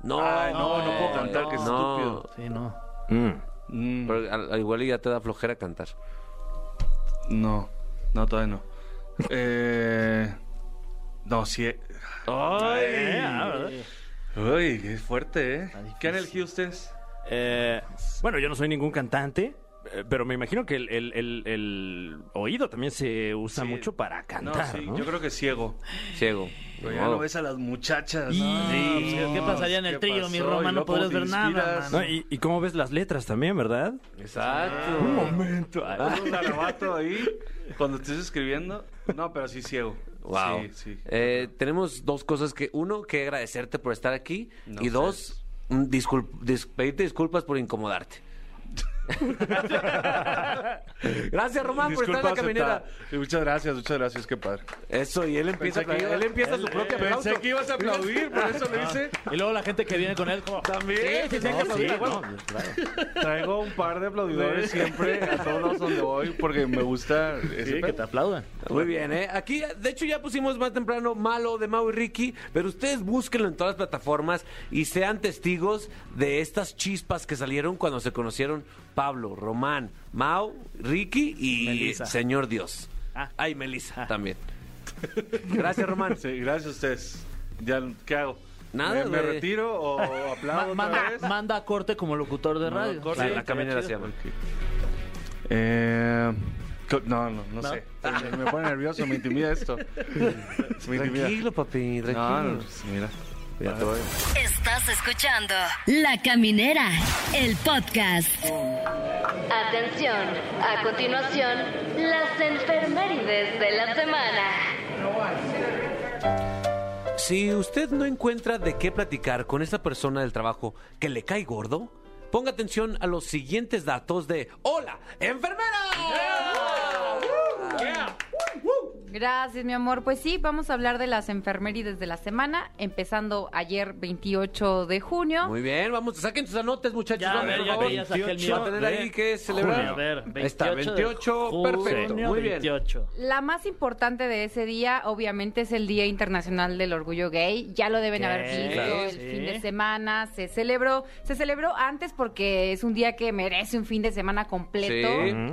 No, Ay, no, no puedo cantar, qué no. estúpido. Sí, no. Mm. Pero al, al igual y ya te da flojera cantar. No, no, todavía no. Eh, no, sí. eh. ah, Eh, Uy, qué fuerte, ¿eh? ¿Qué han difícil. elegido ustedes? Eh, bueno, yo no soy ningún cantante, eh, pero me imagino que el, el- el- el oído también se usa Sí. mucho para No, cantar. No, sí, yo creo que ciego. Ciego. Pero Ni ya no modo. ves a las muchachas. no, pues, ¿qué no, pasaría en el trío, mi Roma? Y No luego cómo podrías te ver nada, inspiras. mano. No, y, y cómo ves las letras también, ¿verdad? Exacto. momento. Haz Un garabato ahí cuando estés escribiendo. No, pero sí ciego. Wow. Sí, sí. Eh, tenemos dos cosas que uno que agradecerte por estar aquí No y dos mm, discul- dis- pedirte disculpas por incomodarte. Gracias, Román, por estar en la aceptada. caminera. Sí, Muchas gracias, muchas gracias, qué padre. Eso, y él empieza, Pensé que- eh, él empieza su propio aplauso. Pensé que ibas a aplaudir, por eso lo hice. Y luego la gente que viene con él, como, También. Sí, sí, sí, hay que aplaudir, sí, a huevo. Traigo un par de aplaudidores siempre a todos lados donde voy porque me gusta ese Sí, que pedo. te aplaudan. Muy bien, ¿eh? Aquí, de hecho, ya pusimos más temprano Malo de Mau y Ricky, pero ustedes búsquenlo en todas las plataformas y sean testigos de estas chispas que salieron cuando se conocieron Pablo, Román, Mau, Ricky y Melissa. Señor Dios. Ah. Ay, Melissa también. Gracias, Román. Sí, gracias a ustedes. Ya, ¿qué hago? Nada, ¿Me, me güey. retiro o aplaudo Ma- otra manda, vez? manda a corte como locutor de radio. corte. Sí, Sí, la caminera se llama. Eh, co- no, no, no, sé. Me, me pone nervioso, me intimida esto. Me intimida. Tranquilo, papi, No, tranquilo. no, pues, mira. Ya te voy. Estás escuchando La Caminera, el podcast. Atención, a continuación, las enfermerides de la semana. Si usted no encuentra de qué platicar con esa persona del trabajo que le cae gordo, ponga atención a los siguientes datos de Hola, enfermera. Gracias, mi amor. Pues sí, vamos a hablar de las enfermerides de la semana, empezando ayer 28 de junio. Muy bien, vamos, saquen sus anotes, muchachos. Ya, vamos, a ver, por ya, favor. ya saqué el mío. Va a tener ahí que celebrar. Junio, a ver, Ahí está, 28 de 28, junio, perfecto. Muy bien. 28. La más importante de ese día, obviamente, es el Día Internacional del Orgullo Gay. Ya lo deben ¿Qué? haber visto Claro. el Sí. fin de semana. Se celebró, se celebró antes porque es un día que merece un fin de semana completo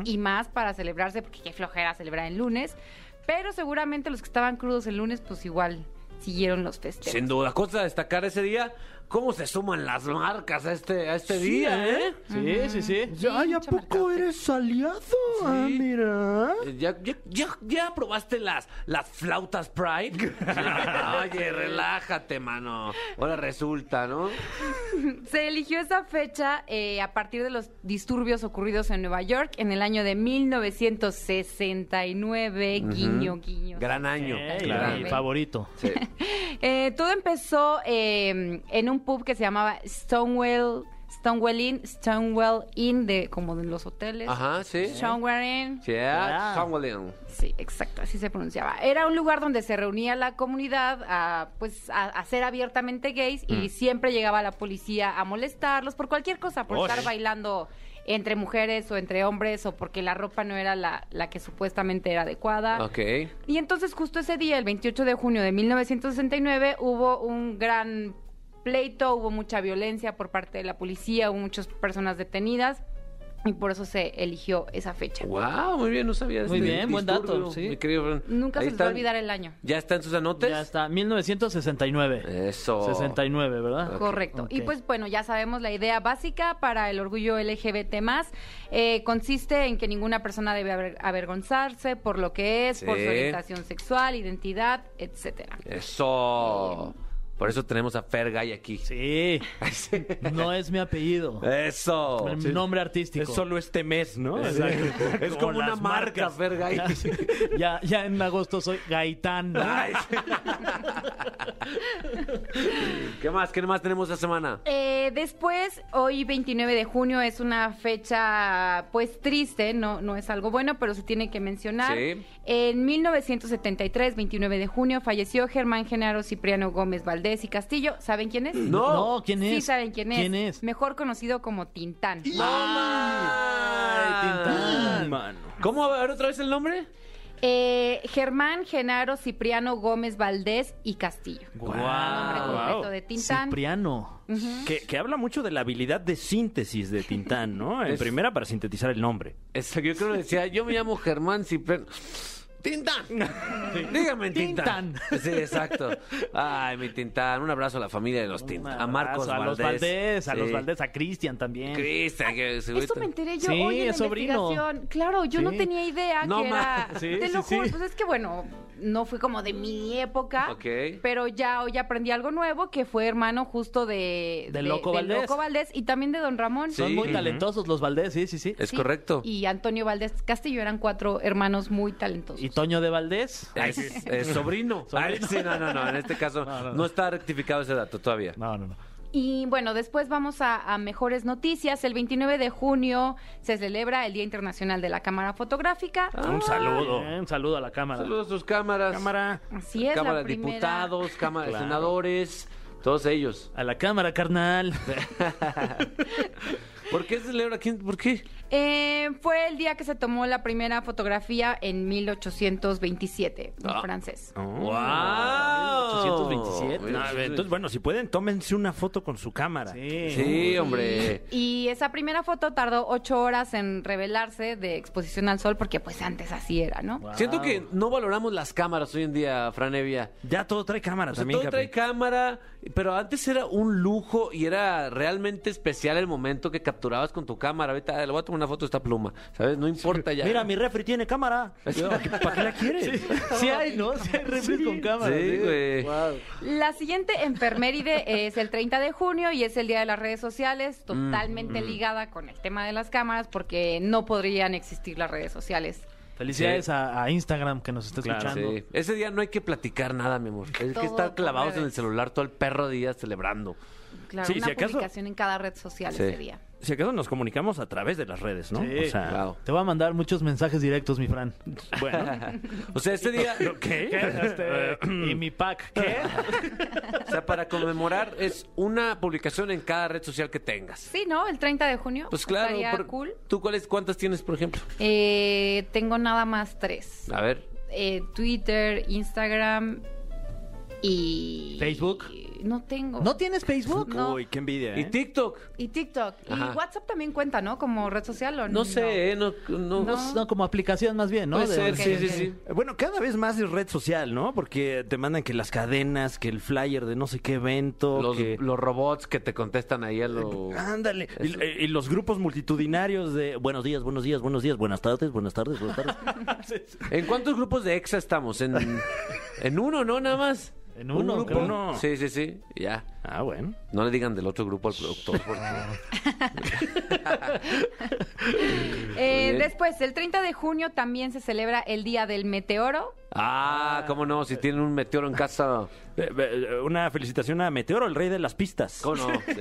Sí. y más para celebrarse, porque qué flojera celebrar el lunes. Pero seguramente los que estaban crudos el lunes, pues igual siguieron los festejos. Sin duda, cosa a destacar ese día, cómo se suman las marcas a este, a este día, ¿eh? Sí, sí, sí. Ay, ¿a poco eres aliado? Ah, mira. Eh, ¿Ya, ya, ya- ya probaste las, las flautas Pride? Oye, relájate, mano. Ahora resulta, ¿no? Se eligió esa fecha eh, a partir de los disturbios ocurridos en Nueva York en el año de 1969. Guiño, guiño. Gran año. Eh, gran- Mi favorito. Eh, todo empezó eh, en un pub que se llamaba Stonewell, Stonewell Inn, Stonewell Inn, de, como de los hoteles. Ajá, sí. Stonewell Inn. Sí, ah, Ya. Chamberlain. Sí, exacto, así se pronunciaba. Era un lugar donde se reunía la comunidad a, pues, a, a ser abiertamente gays Mm. y siempre llegaba la policía a molestarlos por cualquier cosa, Oh, por estar bailando entre mujeres o entre hombres o porque la ropa no era la, la que supuestamente era adecuada. Ok. Y entonces justo ese día, el 28 de junio de 1969, hubo un gran pleito, hubo mucha violencia por parte de la policía, hubo muchas personas detenidas y por eso se eligió esa fecha. Wow, muy bien, no sabía. Muy este bien, buen disturbio, dato, sí. mi querido Fran. Nunca Ahí se les va a están. olvidar el año. ¿Ya están sus anotes? Ya está, 1969. Eso. 69, ¿verdad? Correcto. Y Ok. pues bueno, ya sabemos la idea básica para el orgullo LGBT más. eh, consiste en que ninguna persona debe aver- avergonzarse por lo que es, por Sí. su orientación sexual, identidad, etcétera. Eso. Por eso tenemos a Fergay aquí. Sí. No es mi apellido. Eso. Mi nombre artístico. Es solo este mes, ¿no? Es como, una las marca, marcas. Fergay. Ya, ya en agosto soy Gaitán. ¿Qué más? ¿Qué más tenemos esta semana? Eh, después, hoy 29 de junio es una fecha pues triste, no, no es algo bueno, pero se tiene que mencionar. Sí. En 1973, 29 de junio, falleció Germán Genaro Cipriano Gómez Valdés y Castillo. ¿Saben quién es? No. No, ¿quién es? Sí saben quién es. ¿Quién es? Mejor conocido como Tintán. Ay, Tintán. ¿Cómo? A ver otra vez el nombre. Eh, Germán Genaro Cipriano Gómez Valdés y Castillo. Nombre completo de Tintán. Cipriano. Que, que habla mucho de la habilidad de síntesis de Tintán, ¿no? En primera para sintetizar el nombre. Exacto, yo creo que decía, yo me llamo Germán Cipriano. Tintán. Dígame Tintán. Tintán. Sí, exacto. Ay, mi Tintán. Un abrazo a la familia de los Tintán. A Un Marcos abrazo, A los Valdés, a los Sí. Valdés, a Cristian también. Cristian, que se Esto me enteré yo Sí, hoy en la es sobrino. investigación. Claro, yo no Sí. tenía idea No que ma- era. Sí, te sí, lo sí. juro. Pues es que bueno, no fue como de mi época. Ok. Pero ya hoy aprendí algo nuevo que fue hermano justo de. De Loco Valdés. Loco Valdés y también de Don Ramón. Sí. Son muy Ujú. talentosos los Valdés, sí, sí, sí. Es Sí, correcto. Y Antonio Valdés Castillo eran cuatro hermanos muy talentosos. Y Toño de Valdés. Es, es sobrino. Ay, sí, no, no, no. En este caso no, está rectificado ese dato todavía. No, no, no. Y bueno, después vamos a, a mejores noticias. El 29 de junio se celebra el Día Internacional de la Cámara Fotográfica. Ah, Ah, Un saludo. eh, Un saludo a la cámara. Saludos a sus cámaras. Cámara. Así es, cámara la de primera. diputados, cámara de Claro. senadores, todos ellos. A la cámara, carnal. ¿Por qué se celebra? ¿Quién- ¿Por qué? Eh, fue el día que se tomó la primera fotografía en 1827, en Ah. francés. ¡Wow! Ah, Oh. 827. Ah, entonces, bueno, si pueden, tómense una foto con su cámara. Sí, hombre. Y esa primera foto tardó ocho horas en revelarse de exposición al sol, porque pues antes así era, ¿no? Siento que no valoramos las cámaras hoy en día, Franevia. Ya todo trae cámara O sea, también, todo Capi. trae cámara, pero antes era un lujo y era realmente especial el momento que capturabas con tu cámara. Ahorita ah, le voy a tomar una foto de esta pluma, ¿sabes? No importa ya. Mira, mi refri tiene cámara. ¿Para qué la quieres? Sí hay, ¿no? Sí hay refres con cámara. Sí, güey. La siguiente enfermeride es el 30 de junio y es el Día de las Redes Mm, Sociales, totalmente ligada con el tema de las cámaras, porque no podrían existir las redes sociales. Felicidades Sí. a, a Instagram que nos está escuchando. Sí. Ese día no hay que platicar nada, mi amor. Hay Todo que estar por clavados en el redes. celular todo el perro día celebrando. Claro, Sí, una si acaso- publicación en cada red social Sí. ese día. Si acaso nos comunicamos a través de las redes, ¿no? Sí. O sea, Wow. Te voy a mandar muchos mensajes directos, mi Fran. bueno. O sea, este día, ¿Qué? Este, Eh, y mi pack. ¿Qué? o sea, para conmemorar es una publicación en cada red social que tengas. Sí, ¿no? El 30 de junio. Pues claro, Estaría por- cool. ¿tú cuáles cuántas tienes, por ejemplo? Eh, tengo nada más tres. A ver, Eh, Twitter, Instagram y... ¿Facebook? No tengo. ¿No tienes Facebook? No. Uy, qué envidia, ¿eh? ¿y TikTok? Y TikTok. Ajá. Y WhatsApp también cuenta, ¿no? Como red social o no. No sé, eh, no, no, No. Pues, No, como aplicación más bien, ¿no? puede ser, De- sí, ok, sí, ok. sí. Bueno, cada vez más es red social, ¿no? Porque te mandan que las cadenas, que el flyer de no sé qué evento, Los, que... los robots que te contestan ahí a lo... Ándale. Y, eh, y los grupos multitudinarios de buenos días, buenos días, buenos días, buenas tardes, buenas tardes, buenas tardes. ¿En cuántos grupos de exa estamos? ¿En, en uno, no? Nada más. En uno, ¿Un creo. Uno. Sí, sí, sí, ya. ah, bueno. No le digan del otro grupo al productor. por favor. Eh, Muy bien. después, el 30 de junio también se celebra el Día del Meteoro. Ah, cómo no, si tienen un meteoro en casa, Eh, eh, Una felicitación a Meteoro, el rey de las pistas. cómo no. Sí.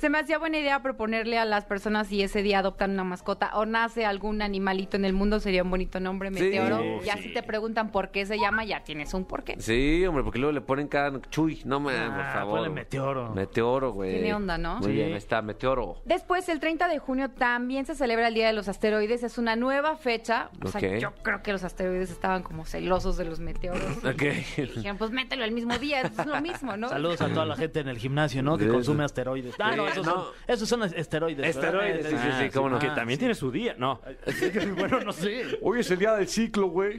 Se me hacía buena idea proponerle a las personas si ese día adoptan una mascota o nace algún animalito en el mundo, sería un bonito nombre, Sí, Meteoro. sí. ya si te preguntan por qué se llama, ya tienes un porqué. Sí, hombre, porque luego le ponen cada chuy, no me, Ah, por favor. ponle güey. meteoro. Meteoro, güey. Tiene onda, ¿no? Muy Sí. bien, ahí está meteoro. Después, el 30 de junio también se celebra el Día de los Asteroides. Es una nueva fecha. O sea, Ok. yo creo que los asteroides estaban como celosos de los meteoros. Ok. Y dijeron, pues mételo el mismo día, es lo mismo, ¿no? Saludos a toda la gente en el gimnasio, ¿no? Que Sí, consume sí. asteroides. Ah, no, Sí, esos, no. Son, esos son esteroides. ¿verdad? Esteroides, sí, sí, sí, cómo no. Que Ah, también tiene su día, no. bueno, no sé. Hoy es el día del ciclo, güey.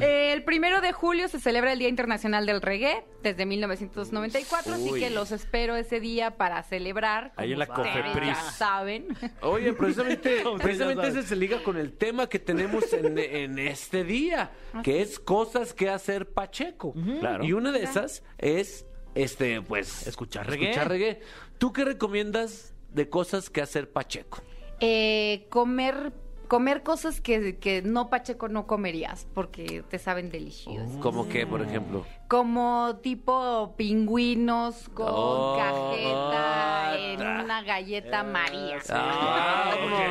Eh, el primero de julio se celebra el Día Internacional del Reggae desde 1994, Uy. así que los espero ese día para celebrar. Ahí en como la ustedes Cofepris. Ya saben. Oye, precisamente, Como ustedes ya precisamente saben. ese se liga con el tema que tenemos en, en este día, que es cosas que hacer Pacheco. Claro. Y una de esas es, este, pues... Escuchar reggae. Escuchar reggae. ¿Tú qué recomiendas de cosas que hacer Pacheco? Eh, comer comer cosas que, que no Pacheco no comerías porque te saben deliciosas. Como que, Mm. por ejemplo. Como tipo pingüinos con Oh, cajeta ah, en ah. una galleta María. Ah, Como- ok,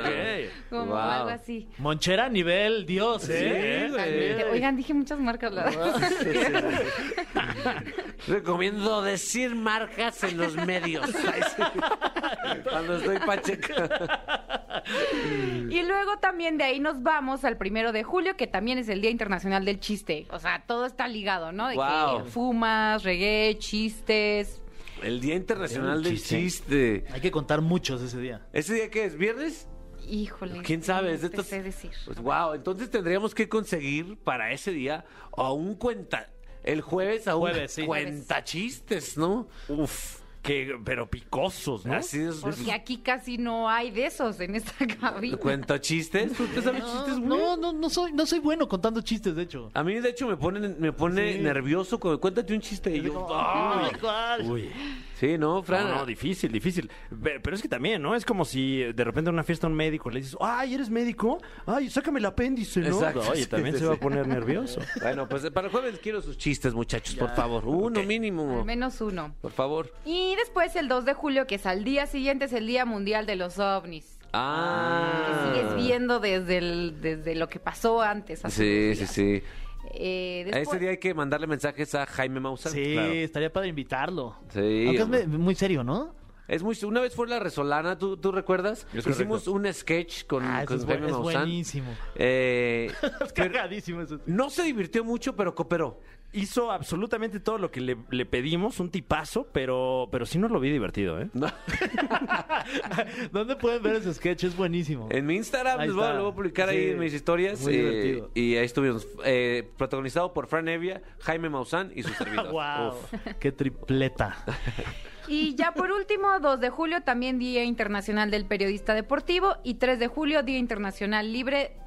ok. Como Wow. algo así. Monchera nivel Dios, ¿eh? Totalmente. Oigan, dije muchas marcas, la verdad. Recomiendo decir marcas en los medios. Ay, sí. Cuando estoy pacheca. Y luego también de ahí nos vamos al primero de julio, que también es el Día Internacional del Chiste. O sea, todo está ligado, ¿no? De Wow. que fumas, reggae, chistes. El Día Internacional del Chiste. Chiste. Hay que contar muchos ese día. ¿Ese día qué es? ¿Viernes? Híjole. ¿Quién sabe? Es No de te estas- sé decir. Pues, wow, entonces tendríamos que conseguir para ese día a un cuenta... El jueves a un Jueves, sí. cuenta chistes, ¿no? Uf, que, pero picosos, ¿no? Así es. Porque aquí casi no hay de esos en esta cabina. ¿Cuenta chistes? ¿Tú te sabes chistes, güey? No, no, no soy, no soy bueno contando chistes, de hecho. A mí, Oh de hecho, me pone, me pone nervioso cuando cuéntate un chiste y yo... Ay, ¿cuál? Uy, Sí, no, Fran. No, no, difícil, difícil. Pe- Pero es que también, ¿no? Es como si de repente en una fiesta un médico le dices, ay, ¿eres médico? Ay, sácame el apéndice, ¿no? Exacto, Oye, sí, también sí, se va a sí. poner nervioso. Bueno, pues para el jueves quiero sus chistes, muchachos, por favor. Uno mínimo. Al menos uno. Por favor. Y después el 2 de julio, que es al día siguiente, es el Día Mundial de los OVNIs. Ah. Sigues viendo desde, el- desde lo que pasó antes. hace Sí, unos sí, días. sí. Eh, A después- ese día hay que mandarle mensajes a Jaime Maussan. Sí, Claro. estaría para invitarlo. Sí, Aunque es hombre. me- muy serio, ¿no? Es muy, una vez fue la Resolana, ¿tú, tú recuerdas? Es Que Hicimos un sketch con, Ah, eso con es, bu- Jaime es Maussan. buenísimo. Eh, Es cagadísimo eso. no se divirtió mucho, pero cooperó. Hizo absolutamente todo lo que le, le pedimos, un tipazo, pero, pero sí nos lo vi divertido, ¿eh? No. ¿Dónde pueden ver ese sketch? Es buenísimo. En mi Instagram, Ahí les voy, a- está. lo voy a publicar ahí Sí. en mis historias. Muy eh, divertido. y ahí estuvimos. eh, protagonizado por Fran Evia, Jaime Maussan y su servidor. wow, Uf. qué tripleta. Y ya por último, 2 de julio, también Día Internacional del Periodista Deportivo. Y 3 de julio, Día Internacional Libre.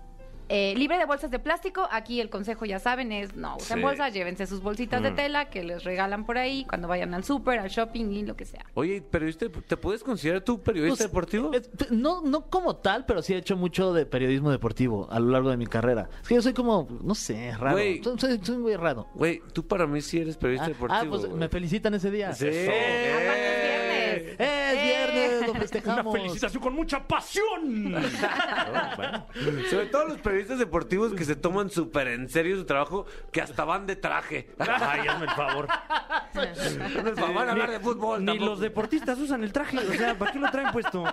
eh, libre de bolsas de plástico, aquí el consejo ya saben es no usen Sí. Mm. bolsas, llévense sus bolsitas de tela que les regalan por ahí cuando vayan al súper, al shopping y lo que sea. Oye, periodista, ¿te puedes considerar tú periodista Pues, deportivo? es- p- no, no como tal, pero sí he hecho mucho de periodismo deportivo a lo largo de mi carrera. Es que yo soy como, no sé, raro. Güey. Soy, soy- soy muy raro. Güey, tú para mí sí eres periodista Ah, deportivo. ah, pues güey. me felicitan ese día. Sí. Aparte es ¡Eh, viernes. es viernes! ¡Lo festejamos! con mucha pasión! Sobre todo los periodistas deportivos que se toman súper en serio su trabajo, que hasta van de traje. Ay, hazme el favor. No les van a hablar de fútbol. Ni los deportistas usan el traje, o sea, ¿para qué lo traen puesto?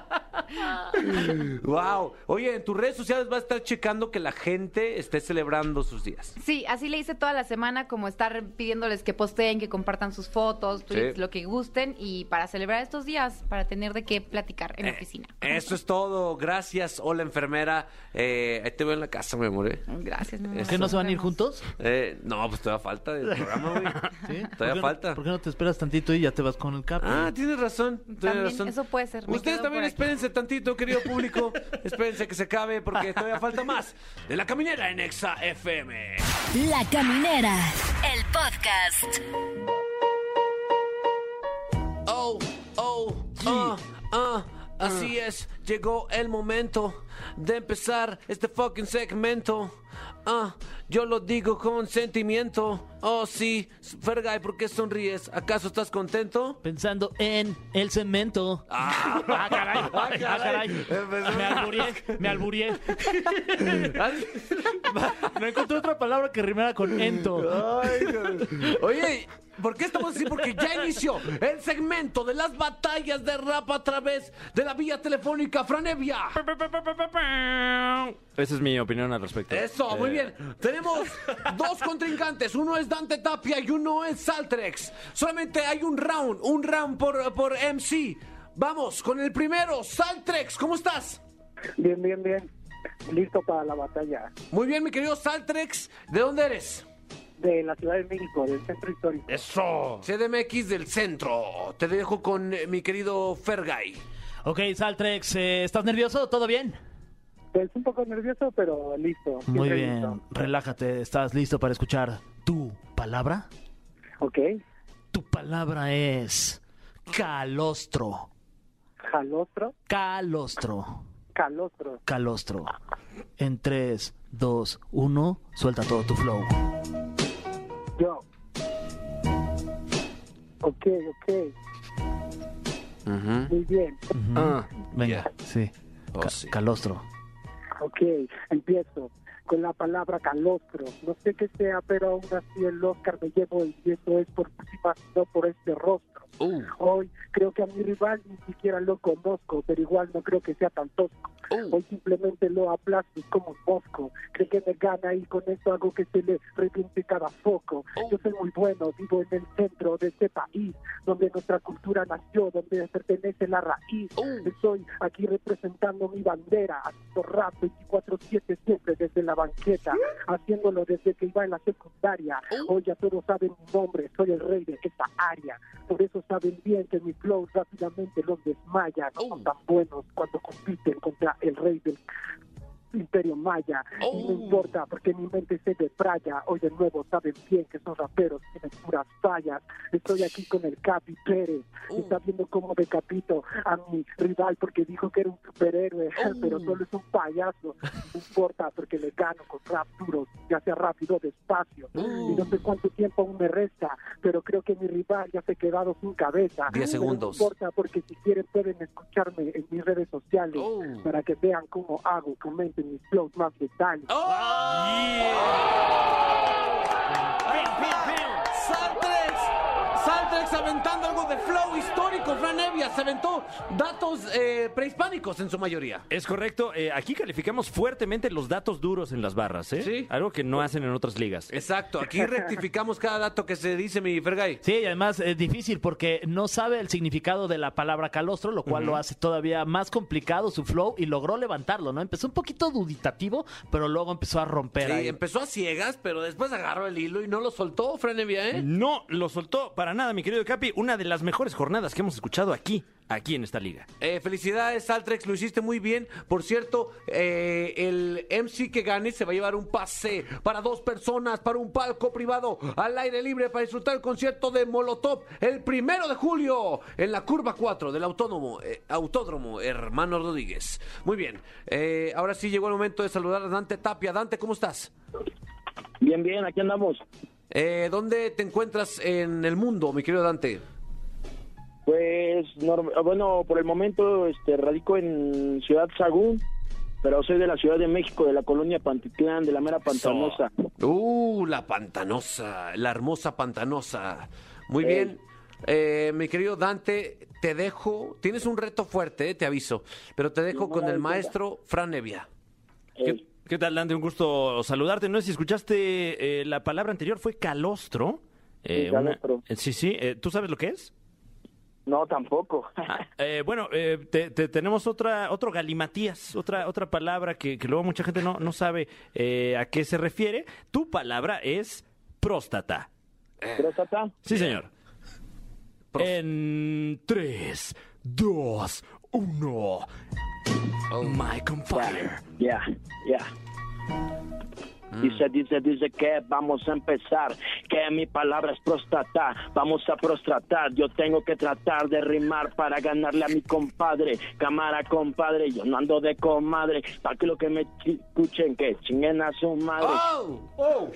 Wow. Oye, en tus redes sociales vas a estar checando que la gente esté celebrando sus días. Sí, así le hice toda la semana, como estar pidiéndoles que posteen, que compartan sus fotos, tweets, Sí. lo que gusten, y para celebrar estos días, para tener de qué platicar en la Eh, oficina. Eso es todo. Gracias. Hola, enfermera. Eh, ahí te veo en la casa, mi amor. ¿eh? Gracias, mi amor. Eso. ¿Que no se van a ir Nos vemos. juntos? Eh, no, pues todavía falta del programa, güey. ¿Sí? ¿Por qué Todavía no- falta. ¿Por qué no te esperas tantito y ya te vas con el capi? Ah, tienes razón, tienes También, razón. eso puede ser, me Ustedes quedo también por aquí. espérense tantito, querido público. espérense que se acabe porque todavía falta más de La Caminera en Exa FM. La Caminera, el podcast. Oh, oh, ah, ah, así es, llegó el momento de empezar este fucking segmento. Ah, yo lo digo con sentimiento. Oh, sí, Fergay, ¿por qué sonríes? ¿Acaso estás contento? Pensando en el cemento. Ah, Ah, caray, ah, caray. Empezó. Me alburié, me alburié. No encontré otra palabra que rimara con ento. Ay, joder. Oye, ¿por qué estamos así? Porque ya inició el segmento de las batallas de rap a través de la vía telefónica Franevia. Esa es mi opinión al respecto. Eso, muy Eh, bien. Tenemos dos contrincantes. Uno es Dante Tapia y uno es Saltrex. Solamente hay un round, un round por, por MC. Vamos con el primero, Saltrex. ¿Cómo estás? Bien, bien, bien. Listo para la batalla Muy bien, mi querido Saltrex. ¿De dónde eres? de la Ciudad de México, del centro histórico. ¡Eso! CDMX del centro. Te dejo con eh, mi querido Fergay. Ok, Saltrex, eh, ¿estás nervioso? ¿Todo bien? Pues un poco nervioso, pero listo. Muy siempre bien, listo. relájate. ¿Estás listo para escuchar tu palabra? Ok. Tu palabra es calostro. Calostro, Calostro. calostro. Calostro. En 3, 2, 1, suelta todo tu flow. Yo. Ok, ok. Muy bien. Ah. Venga, sí. Ah, Oh, Ca- sí. Calostro. Ok, empiezo con la palabra calostro. No sé qué sea, pero aún así el Oscar me llevo y eso es por última, no por este rostro. Uh, Hoy creo que a mi rival ni siquiera lo conozco, pero igual no creo que sea tan tosco. uh. Hoy simplemente lo aplasto como un mosco. Cree que me gana y con eso hago que se le reviente cada foco. Yo soy muy bueno, vivo en el centro de este país, donde nuestra cultura nació, donde pertenece la raíz. Estoy aquí representando mi bandera, haciendo rap 24-7 siempre desde la banqueta, haciéndolo desde que iba en la secundaria. Hoy ya todos saben mi nombre, soy el rey de esta área. Por eso saben bien que mi flow rápidamente los desmaya. No son tan buenos cuando compiten contra el rey del imperio maya. Y no importa, porque mi mente se de playa. Hoy de nuevo saben bien que son raperos, tienen puras fallas. Estoy aquí con el Capi Pérez. Y está viendo cómo decapito a mi rival porque dijo que era un superhéroe, pero solo es un payaso. No importa, porque le gano con rap duro, ya sea rápido o despacio. Y no sé cuánto tiempo aún me resta, pero creo que mi rival ya se ha quedado sin cabeza. Diez Pero segundos. No importa, porque si quieren pueden escucharme en mis redes sociales Oh. para que vean cómo hago, y comenten mis flows más letales. Oh. Saltrex, Saltrex aventando algo de flow histórico. Fran Evia se aventó datos eh, prehispánicos en su mayoría. Es correcto, eh, aquí calificamos fuertemente los datos duros en las barras, ¿eh? Sí. Algo que no hacen en otras ligas. Exacto, aquí rectificamos cada dato que se dice, mi Fergay. Sí, y además es difícil porque no sabe el significado de la palabra calostro, lo cual lo hace todavía más complicado su flow y logró levantarlo, ¿no? Empezó un poquito duditativo, pero luego empezó a romper. Sí, ahí. empezó a ciegas, pero después agarró el hilo y no lo soltó, Fran Evia, ¿eh? No lo soltó para nada, mi querido Capi. Una de las mejores jornadas que hemos escuchado aquí, aquí en esta liga. Eh, felicidades, Saltrex, lo hiciste muy bien. Por cierto, eh, el MC que gane se va a llevar un pase para dos personas, para un palco privado al aire libre para disfrutar el concierto de Molotov el primero de julio en la curva 4 del Autónomo, eh, Autódromo, hermano Rodríguez. Muy bien, eh, ahora sí llegó el momento de saludar a Dante Tapia. Dante, ¿cómo estás? Bien, bien, aquí andamos. Eh, ¿Dónde te encuentras en el mundo, mi querido Dante? Pues, norm- bueno, por el momento este, radico en Ciudad Sagún, pero soy de la Ciudad de México, de la colonia Pantitlán, de la mera pantanosa. Uh, la pantanosa, la hermosa pantanosa. Muy bien. Eh, mi querido Dante, te dejo. Tienes un reto fuerte, eh, te aviso. Pero te dejo No, con no, el no, maestro Fran Evia. ¿Qué, qué tal, Dante? Un gusto saludarte. No sé si escuchaste eh, la palabra anterior, fue calostro. Sí, calostro. eh, sí, sí. eh, ¿Tú sabes lo que es? No, tampoco. Eh, bueno, eh, te- te- tenemos otra, otro galimatías, otra, otra palabra que, que luego mucha gente no, no sabe eh, a qué se refiere. Tu palabra es próstata. ¿Próstata? Sí, señor. En 3, 2, 1. Oh. Mike on fire. Ya, ya. Dice, dice, dice que vamos a empezar, que mi palabra es próstata, vamos a prostratar, yo tengo que tratar de rimar para ganarle a mi compadre, cámara compadre, yo no ando de comadre, para que lo que me chi- escuchen, que chinguen a su madre. Oh.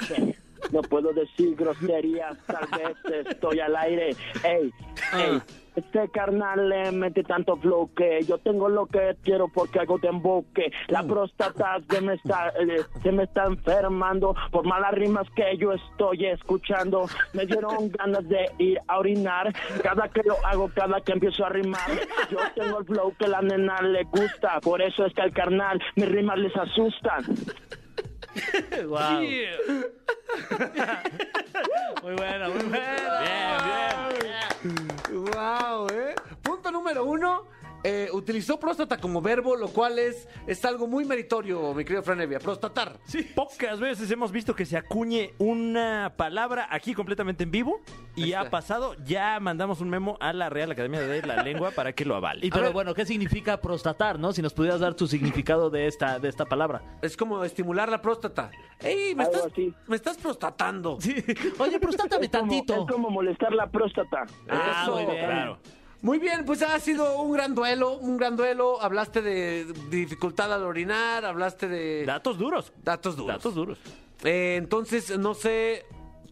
No puedo decir groserías, tal vez estoy al aire. Ey, Ah, ey, este carnal le mete tanto flow que yo tengo lo que quiero porque algo te emboque. La próstata se me está, eh, se me está enfermando por malas rimas que yo estoy escuchando. Me dieron ganas de ir a orinar. Cada que lo hago, cada que empiezo a rimar, yo tengo el flow que la nena le gusta. Por eso es que al carnal mis rimas les asustan. Muy buena, muy buena. Wow, ¿eh? Punto número uno. eh, utilizó próstata como verbo, lo cual es, es algo muy meritorio, mi querido Fran Evia. Prostatar. Pocas veces hemos visto que se acuñe una palabra aquí completamente en vivo y ha pasado. Ya mandamos un memo a la Real Academia de la Lengua para que lo avale. Y pero bueno, ¿qué significa prostatar, no? Si nos pudieras dar tu significado de esta, de esta palabra. Es como estimular la próstata. ¡Ey! Me estás, me estás prostatando. Oye, prostátame tantito. Es como molestar la próstata. Ah, Eso, muy bien. claro. Muy bien, pues ha sido un gran duelo, un gran duelo. Hablaste de dificultad al orinar, hablaste de... Datos duros. Datos duros. Datos duros. Eh, entonces, no sé,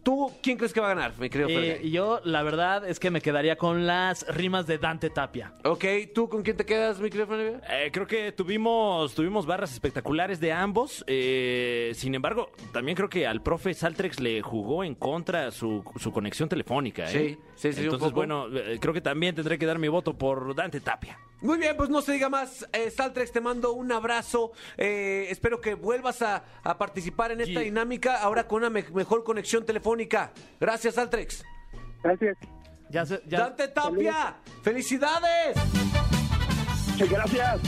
¿tú quién crees que va a ganar, mi querido Eh, Fergay? y yo, la verdad, es que me quedaría con las rimas de Dante Tapia. Ok, ¿tú con quién te quedas, mi querido Fergay? Eh, creo que tuvimos, tuvimos barras espectaculares de ambos. eh, sin embargo, también creo que al profe Saltrex le jugó en contra su, su conexión telefónica. ¿eh? Sí, sí, sí, un Entonces, poco. bueno, eh, creo que también tendré que dar mi voto por Dante Tapia. Muy bien, pues no se diga más. Eh, Saltrex, te mando un abrazo. Eh, espero que vuelvas a, a participar en esta dinámica ahora con una me- mejor conexión telefónica. Gracias, Saltrex. Gracias. Ya Eh, Dante Tapia, felicidades. gracias.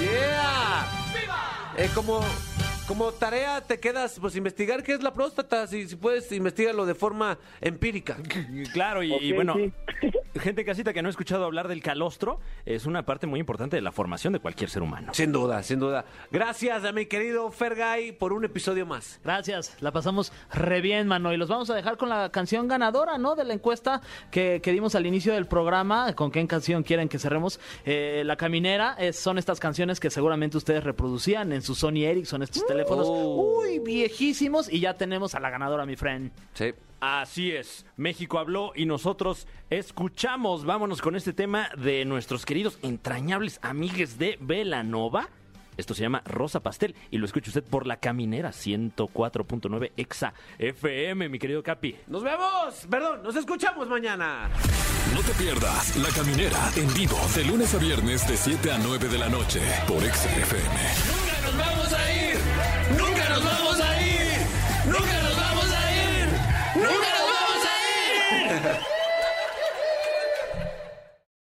Yeah. Eh, como, como tarea te quedas, pues investigar qué es la próstata, si, si puedes investigarlo de forma empírica. Claro, y, y bueno, gente en casita que no ha escuchado hablar del calostro, es una parte muy importante de la formación de cualquier ser humano. Sin duda, sin duda. Gracias a mi querido Fergay por un episodio más. Gracias, la pasamos re bien, mano. Y los vamos a dejar con la canción ganadora, ¿no? De la encuesta que, que dimos al inicio del programa, con qué canción quieren que cerremos. Eh, la caminera es- son estas canciones que seguramente ustedes reproducían en su Sony Ericsson, estos teléfonos uy, viejísimos. Y ya tenemos a la ganadora, mi friend. Sí. Así es, México habló y nosotros escuchamos. Vámonos con este tema de nuestros queridos entrañables amigues de Velanova. Esto se llama Rosa Pastel y lo escucha usted por la caminera 104.9 Exa FM, mi querido Capi. Nos vemos, perdón, nos escuchamos mañana. No te pierdas La Caminera en vivo de lunes a viernes de 7 a 9 de la noche por Exa FM. Nos vamos a